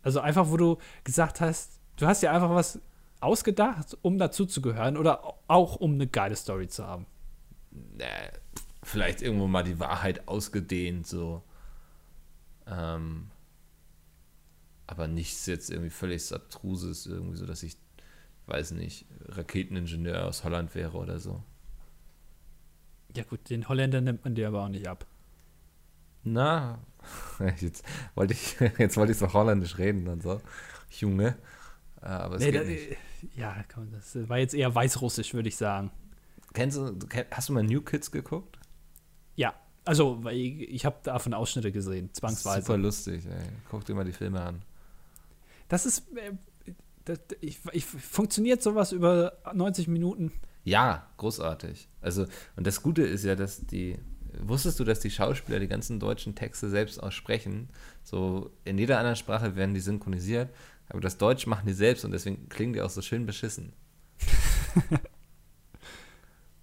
S1: Also einfach, wo du gesagt hast, du hast ja einfach was ausgedacht, um dazuzugehören oder auch um eine geile Story zu haben.
S2: äh, vielleicht irgendwo mal die Wahrheit ausgedehnt, so. Ähm, aber nichts jetzt irgendwie völlig abstruses, irgendwie so, dass ich, weiß nicht, Raketeningenieur aus Holland wäre oder so.
S1: Ja gut, den Holländer nimmt man dir aber auch nicht ab.
S2: Na, jetzt wollte ich, jetzt wollte ich so holländisch reden und so. Junge. Äh, Aber es
S1: Nee,
S2: geht
S1: da- äh,
S2: nicht.
S1: Ja, komm, das war jetzt eher weißrussisch, würde ich sagen.
S2: Kennst du, du kenn- hast du mal New Kids geguckt?
S1: Ja, also weil ich, ich habe davon Ausschnitte gesehen, zwangsweise.
S2: Super lustig, ey. Guck dir mal die Filme an.
S1: Das ist, äh, das, ich, ich, funktioniert sowas über 90 Minuten?
S2: Ja, großartig. Also, und das Gute ist ja, dass die. Wusstest du, dass die Schauspieler die ganzen deutschen Texte selbst aussprechen? So, in jeder anderen Sprache werden die synchronisiert, aber das Deutsch machen die selbst und deswegen klingen die auch so schön beschissen.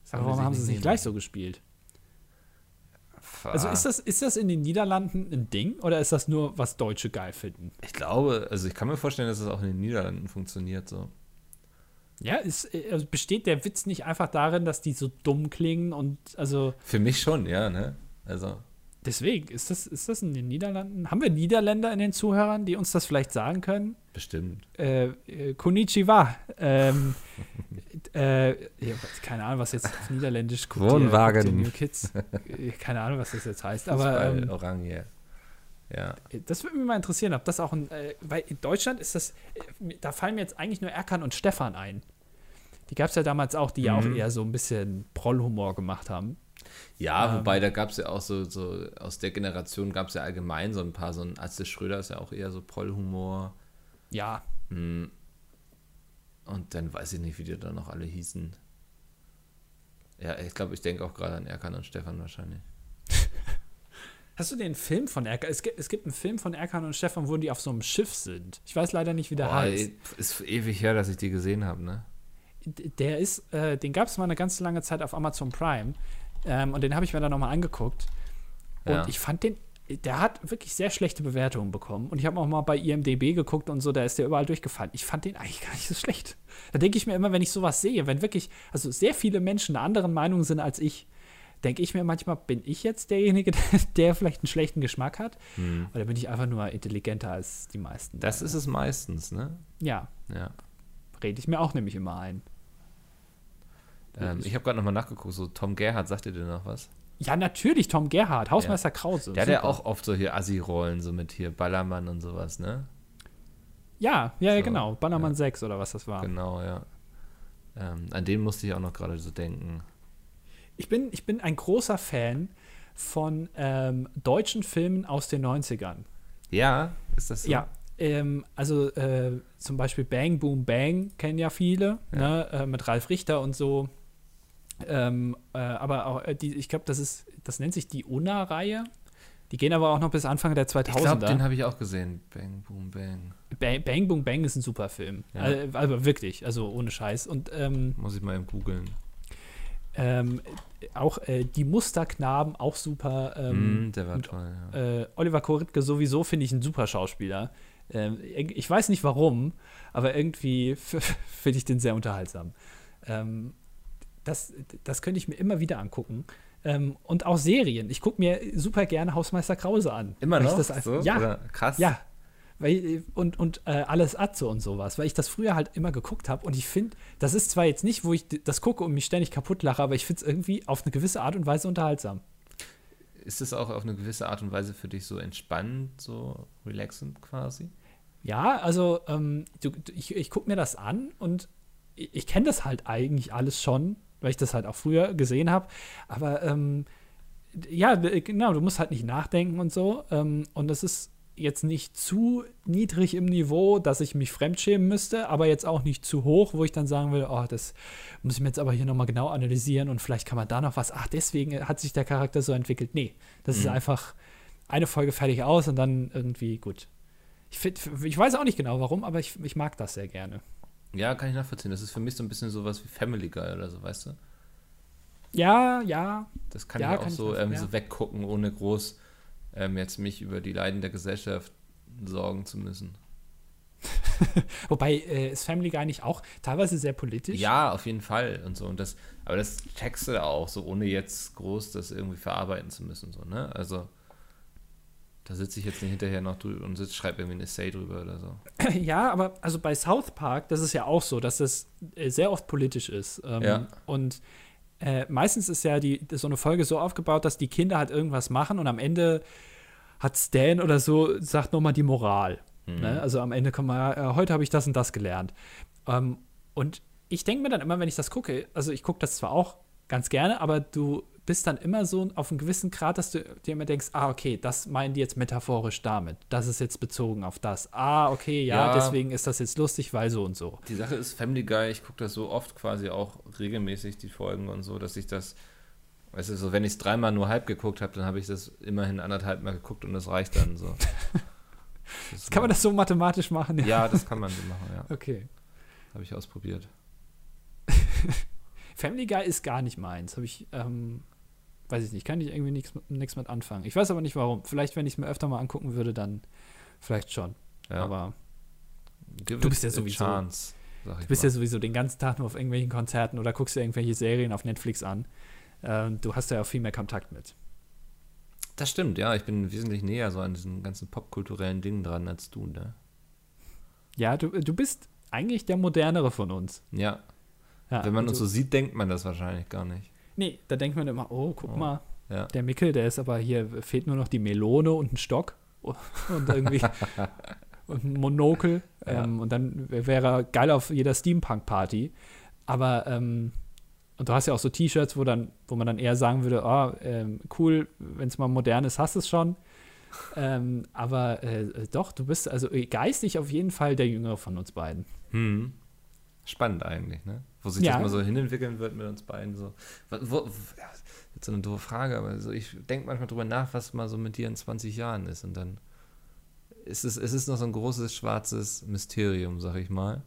S2: Das
S1: Aber warum
S2: die
S1: haben sie
S2: sich
S1: es nicht gleich so gespielt?
S2: nehmen.
S1: Also ist das, ist das in den Niederlanden ein Ding oder ist das nur, was Deutsche geil finden?
S2: Ich glaube, also ich kann mir vorstellen, dass es das auch in den Niederlanden funktioniert so.
S1: Ja, ist, äh, also besteht der Witz nicht einfach darin, dass die so dumm klingen und also
S2: Für mich schon, ja, ne? Also,
S1: deswegen, ist das, ist das in den Niederlanden? Haben wir Niederländer in den Zuhörern, die uns das vielleicht sagen können?
S2: bestimmt.
S1: äh, äh, Konnichiwa. Ähm, äh, ja, was- keine Ahnung, was jetzt auf Niederländisch guckt ihr-
S2: Wohnwagen.
S1: guckt ihr New Kids. Äh, Keine Ahnung, was das jetzt heißt. Aber
S2: Fußball,
S1: ähm,
S2: Orange. Ja.
S1: das würde mich mal interessieren, ob das auch ein. Äh, weil in Deutschland ist das. Äh, da fallen mir jetzt eigentlich nur Erkan und Stefan ein. Die gab es ja damals auch, die ja auch
S2: Mhm.
S1: eher so ein bisschen Prollhumor gemacht haben.
S2: Ja,
S1: Ähm,
S2: wobei da gab es ja auch so, so, aus der Generation gab es ja allgemein so ein paar, so ein Atze Schröder ist ja auch eher so Pollhumor.
S1: Ja,
S2: Hm. Und dann weiß ich nicht, wie die da noch alle hießen. Ja, ich glaube, ich denke auch gerade an Erkan und Stefan wahrscheinlich.
S1: Hast du den Film von Erkan? Es gibt, es gibt einen Film von Erkan und Stefan, wo die auf so einem Schiff sind. Ich weiß leider nicht, wie der
S2: Boah,
S1: heißt.
S2: ey, ist ewig her, dass ich die gesehen habe, ne?
S1: D- Der ist, äh, den gab es mal eine ganz lange Zeit auf Amazon Prime. Ähm, und den habe ich mir dann nochmal angeguckt. Und
S2: Ja.
S1: ich fand den, der hat wirklich sehr schlechte Bewertungen bekommen. Und ich habe auch mal bei IMDB geguckt und so, da ist der überall durchgefallen. Ich fand den eigentlich gar nicht so schlecht. Da denke ich mir immer, wenn ich sowas sehe, wenn wirklich, also sehr viele Menschen einer anderen Meinung sind als ich, denke ich mir manchmal, bin ich jetzt derjenige, der, der vielleicht einen schlechten Geschmack hat? Oder bin ich einfach nur intelligenter als die meisten?
S2: Das ist es meistens, ne?
S1: ja,
S2: Ja.
S1: rede ich mir auch nämlich immer ein.
S2: Ähm, ich habe gerade nochmal nachgeguckt, so Tom Gerhardt, sagt ihr denn noch was?
S1: Ja, natürlich, Tom Gerhardt, Hausmeister Krause.
S2: Der hat ja
S1: super.
S2: auch oft so hier Assi-Rollen, so mit hier Ballermann und sowas, ne?
S1: Ja, ja, ja,
S2: So,
S1: genau. Bannermann 6 oder was das war.
S2: Genau, ja. Ähm, an den musste ich auch noch gerade so denken.
S1: Ich, bin, ich bin ein großer Fan von ähm, deutschen Filmen aus den 90ern.
S2: Ja, ist das so?
S1: Ja. Ähm, also äh, zum Beispiel Bang Boom Bang kennen ja viele, Ne? Äh, mit Ralf Richter und so. Ähm, äh, aber auch äh, die, ich glaube, das ist, das nennt sich die Una-Reihe. Die gehen aber auch noch bis Anfang der 2000er.
S2: Ich glaube, den habe ich auch gesehen. Bang, boom, bang.
S1: Bang, Bang Boom Bang ist ein super Film.
S2: Ja.
S1: Äh, aber wirklich, also ohne Scheiß. Und ähm,
S2: Muss ich mal eben googeln.
S1: Ähm, auch äh, die Musterknaben, auch super. Ähm,
S2: Mm, der war
S1: und-
S2: toll, ja.
S1: äh, Oliver Koritke sowieso finde ich ein super Schauspieler. Ähm, irg- ich weiß nicht warum, aber irgendwie f- finde ich den sehr unterhaltsam. Ähm, das, das könnte ich mir immer wieder angucken. Ähm, und auch Serien. Ich gucke mir super gerne Hausmeister Krause an.
S2: Immer
S1: Weil ich
S2: noch?
S1: Das, einfach-
S2: so?
S1: Ja,
S2: Oder? Krass.
S1: ja. weil, und, und äh, alles Atze und sowas, weil ich das früher halt immer geguckt habe und ich finde, das ist zwar jetzt nicht, wo ich d- das gucke und mich ständig kaputt lache, aber ich finde es irgendwie auf eine gewisse Art und Weise unterhaltsam.
S2: Ist es auch auf eine gewisse Art und Weise für dich so entspannend, so relaxend quasi?
S1: Ja, also ähm, du, du- ich, ich gucke mir das an und ich, ich kenne das halt eigentlich alles schon, weil ich das halt auch früher gesehen habe. Aber ähm, d- ja, d- genau, du musst halt nicht nachdenken und so. Ähm, und das ist jetzt nicht zu niedrig im Niveau, dass ich mich fremdschämen müsste, aber jetzt auch nicht zu hoch, wo ich dann sagen will, oh, das muss ich mir jetzt aber hier nochmal genau analysieren und vielleicht kann man da noch was, ach, deswegen hat sich der Charakter so entwickelt. Nee, das ist
S2: Mhm.
S1: einfach eine Folge fertig aus und dann irgendwie gut. Ich, find, ich weiß auch nicht genau warum, aber ich, ich mag das sehr gerne.
S2: Ja, kann ich nachvollziehen. Das ist für mich so ein bisschen sowas wie Family Guy oder so, weißt du?
S1: Ja, ja,
S2: Das kann
S1: Ja,
S2: ich auch
S1: kann ich
S2: so,
S1: nachvoll-
S2: ähm,
S1: ja.
S2: so weggucken, ohne groß ähm, jetzt mich über die Leiden der Gesellschaft sorgen zu müssen.
S1: Wobei äh, ist Family Guy nicht auch teilweise sehr politisch?
S2: Ja, auf jeden Fall und so. Und das, aber das checkst du auch, so ohne jetzt groß das irgendwie verarbeiten zu müssen. So, ne? Also da sitze ich jetzt nicht hinterher noch drü- und sitz, schreibe irgendwie ein Essay drüber oder so.
S1: ja, aber also bei South Park, das ist ja auch so, dass das äh, sehr oft politisch ist. Ähm,
S2: Ja.
S1: Und äh, meistens ist ja die, so eine Folge so aufgebaut, dass die Kinder halt irgendwas machen und am Ende hat Stan oder so, sagt nochmal die Moral. Ne? Also am Ende kommt mal, äh, heute habe ich das und das gelernt. Ähm, und ich denke mir dann immer, wenn ich das gucke, also ich gucke das zwar auch ganz gerne, aber du bist dann immer so auf einem gewissen Grad, dass du dir immer denkst, ah, okay, das meinen die jetzt metaphorisch damit. Das ist jetzt bezogen auf das. Ah, okay, ja,
S2: Ja.
S1: deswegen ist das jetzt lustig, weil so und so.
S2: Die Sache ist, Family Guy, ich gucke das so oft quasi auch regelmäßig, die Folgen und so, dass ich das, weißt du, so wenn ich es dreimal nur halb geguckt habe, dann habe ich das immerhin anderthalb Mal geguckt und das reicht dann so. Das
S1: Kann man das so mathematisch machen?
S2: Ja, das kann man so machen, ja.
S1: Okay.
S2: Habe ich ausprobiert.
S1: Family Guy ist gar nicht meins. Habe ich, ähm, weiß ich nicht, kann ich irgendwie nichts mit- nichts mit anfangen. Ich weiß aber nicht warum. Vielleicht, wenn ich es mir öfter mal angucken würde, dann vielleicht schon.
S2: Ja.
S1: Aber
S2: Give
S1: Du
S2: it
S1: bist ja
S2: a
S1: sowieso-
S2: Chance, sag ich
S1: Du bist
S2: mal.
S1: ja sowieso den ganzen Tag nur auf irgendwelchen Konzerten oder guckst dir irgendwelche Serien auf Netflix an. Ähm, du hast da ja auch viel mehr Kontakt mit.
S2: Das stimmt, ja. Ich bin wesentlich näher so an diesen ganzen popkulturellen Dingen dran als du, ne?
S1: Ja, du, du bist eigentlich der modernere von uns.
S2: Ja.
S1: Ja,
S2: Wenn man
S1: also-
S2: uns so sieht, denkt man das wahrscheinlich gar nicht.
S1: Nee, da denkt man immer, oh, guck
S2: Oh,
S1: mal,
S2: ja.
S1: der Mickel, der ist aber hier, fehlt nur noch die Melone und ein Stock und irgendwie und ein Monokel.
S2: Ja.
S1: Ähm, und dann wäre er geil auf jeder Steampunk-Party. Aber, ähm, und du hast ja auch so T-Shirts, wo, dann, wo man dann eher sagen würde, oh, ähm, cool, wenn es mal modern ist, hast du es schon. Ähm, aber äh, äh, doch, du bist also äh, geistig auf jeden Fall der Jüngere von uns beiden.
S2: Hm. Spannend eigentlich, ne? Wo sich
S1: Ja.
S2: das mal so hinentwickeln wird mit uns beiden. So. Wo, wo, ja, jetzt so eine doofe Frage, aber so, ich denke manchmal drüber nach, was mal so mit dir in 20 Jahren ist. Und dann ist es, es ist noch so ein großes schwarzes Mysterium, sag ich mal.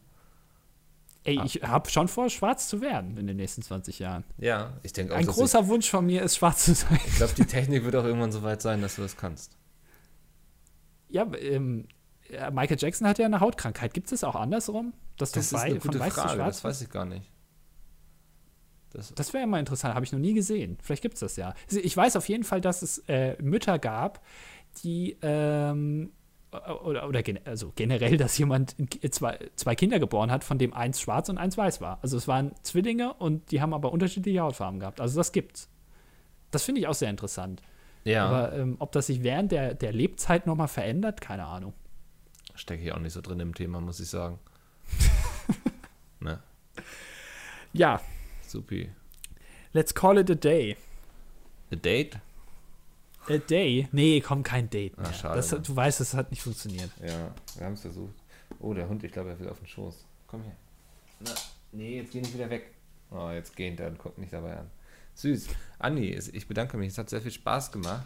S1: Ey,
S2: Ah.
S1: ich habe schon vor, schwarz zu werden in den nächsten 20 Jahren.
S2: Ja, ich denke auch,
S1: Ein
S2: dass
S1: großer Wunsch von mir ist, schwarz zu sein.
S2: ich, ich glaube, die Technik wird auch irgendwann so weit sein, dass du das kannst.
S1: Ja, ähm, ja, Michael Jackson hat ja eine Hautkrankheit. Gibt es das auch andersrum? Dass du
S2: Das ist
S1: wei-
S2: eine
S1: von
S2: gute
S1: weiß zu
S2: Frage,
S1: schwarz
S2: das weiß ich gar nicht. Das,
S1: das wäre ja mal interessant, habe ich noch nie gesehen. Vielleicht gibt es das ja. Also Ich weiß auf jeden Fall, dass es äh, Mütter gab, die, ähm, oder, oder gen also generell, dass jemand ein Ki- zwei, zwei Kinder geboren hat, von dem eins schwarz und eins weiß war. Also es waren Zwillinge und die haben aber unterschiedliche Hautfarben gehabt. Also das gibt's. Das finde ich auch sehr interessant.
S2: ja,
S1: Aber ähm, ob das sich während der, der Lebzeit nochmal verändert, keine Ahnung.
S2: stecke ich auch nicht so drin im Thema, muss ich sagen. ne,
S1: Ja,
S2: supi.
S1: let's call it a day.
S2: A date?
S1: A day? Nee, komm, kein Date.
S2: Ah,
S1: mehr.
S2: schade,
S1: das,
S2: Mann.
S1: du weißt, das hat nicht funktioniert.
S2: Ja, wir haben es versucht. Oh, der Hund, ich glaube, er will auf den Schoß. Komm her. Na, nee, jetzt geh nicht wieder weg. Oh, jetzt geh ihn dann, guck mich dabei an. Süß. Andi, es- ich bedanke mich. Es hat sehr viel Spaß gemacht.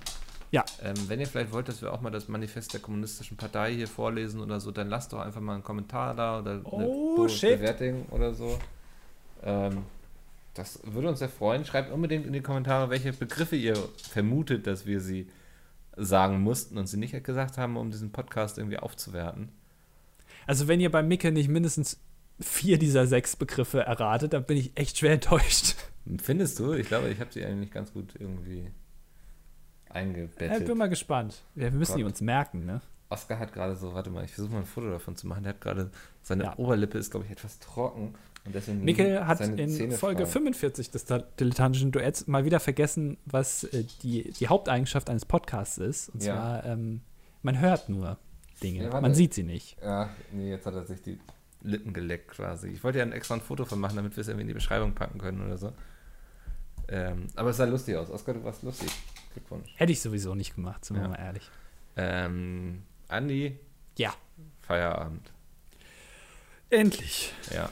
S1: Ja.
S2: Ähm, wenn ihr vielleicht wollt, dass wir auch mal das Manifest der Kommunistischen Partei hier vorlesen oder so, dann lasst doch einfach mal einen Kommentar da oder
S1: Oh,
S2: Be-
S1: shit.
S2: Bewertung oder so. Ähm, das würde uns sehr freuen. Schreibt unbedingt in die Kommentare, welche Begriffe ihr vermutet, dass wir sie sagen mussten und sie nicht gesagt haben, um diesen Podcast irgendwie aufzuwerten.
S1: Also, wenn ihr bei Micke nicht mindestens vier dieser sechs Begriffe erratet, dann bin ich echt schwer enttäuscht.
S2: Findest du? Ich glaube, ich habe sie eigentlich ganz gut irgendwie
S1: Ich
S2: eingebettet.
S1: Äh, bin mal gespannt. Ja, wir müssen die uns merken, ne?
S2: Oscar hat gerade so, warte mal, ich versuche mal ein Foto davon zu machen. Der hat gerade, seine
S1: Ja.
S2: Oberlippe ist, glaube ich, etwas trocken. Und deswegen
S1: Mikkel
S2: liegen
S1: hat
S2: Mhm. seine
S1: in
S2: Zähne
S1: Folge
S2: frei.
S1: 45 des Dil- dilettantischen Duetts mal wieder vergessen, was äh, die, die Haupteigenschaft eines Podcasts ist. Und
S2: Ja.
S1: zwar, ähm, man hört nur Dinge,
S2: Ja, warte.
S1: man sieht sie nicht.
S2: Ja, nee, jetzt hat er sich die Lippen geleckt quasi. Ich wollte ja ein extra ein Foto von machen, damit wir es irgendwie in die Beschreibung packen können oder so. Ähm, aber es sah lustig aus. Oscar, du warst lustig. Glückwunsch.
S1: Hätte ich sowieso nicht gemacht, sind wir
S2: Ja.
S1: mal ehrlich.
S2: Ähm, Andi,
S1: Ja,
S2: Feierabend.
S1: endlich.
S2: Ja.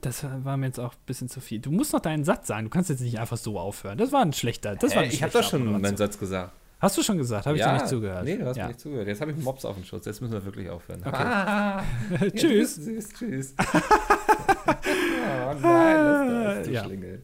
S1: Das war mir jetzt auch ein bisschen zu viel. Du musst noch deinen Satz sagen. Du kannst jetzt nicht einfach so aufhören. Das war ein schlechter. Das war
S2: Hä,
S1: ein
S2: Äh, ich habe
S1: schlechter
S2: doch schon meinen
S1: Abmoderation.
S2: Satz gesagt.
S1: Hast du schon gesagt? Habe ich dir nicht zugehört?
S2: Nee, du hast
S1: ja.
S2: mir nicht zugehört. Jetzt habe ich einen Mops auf den Schuss. Jetzt müssen wir wirklich aufhören.
S1: Okay.
S2: Ah,
S1: Tschüss.
S2: Tschüss. Tschüss. oh nein, das, da ist die
S1: Ja.
S2: Schlingel.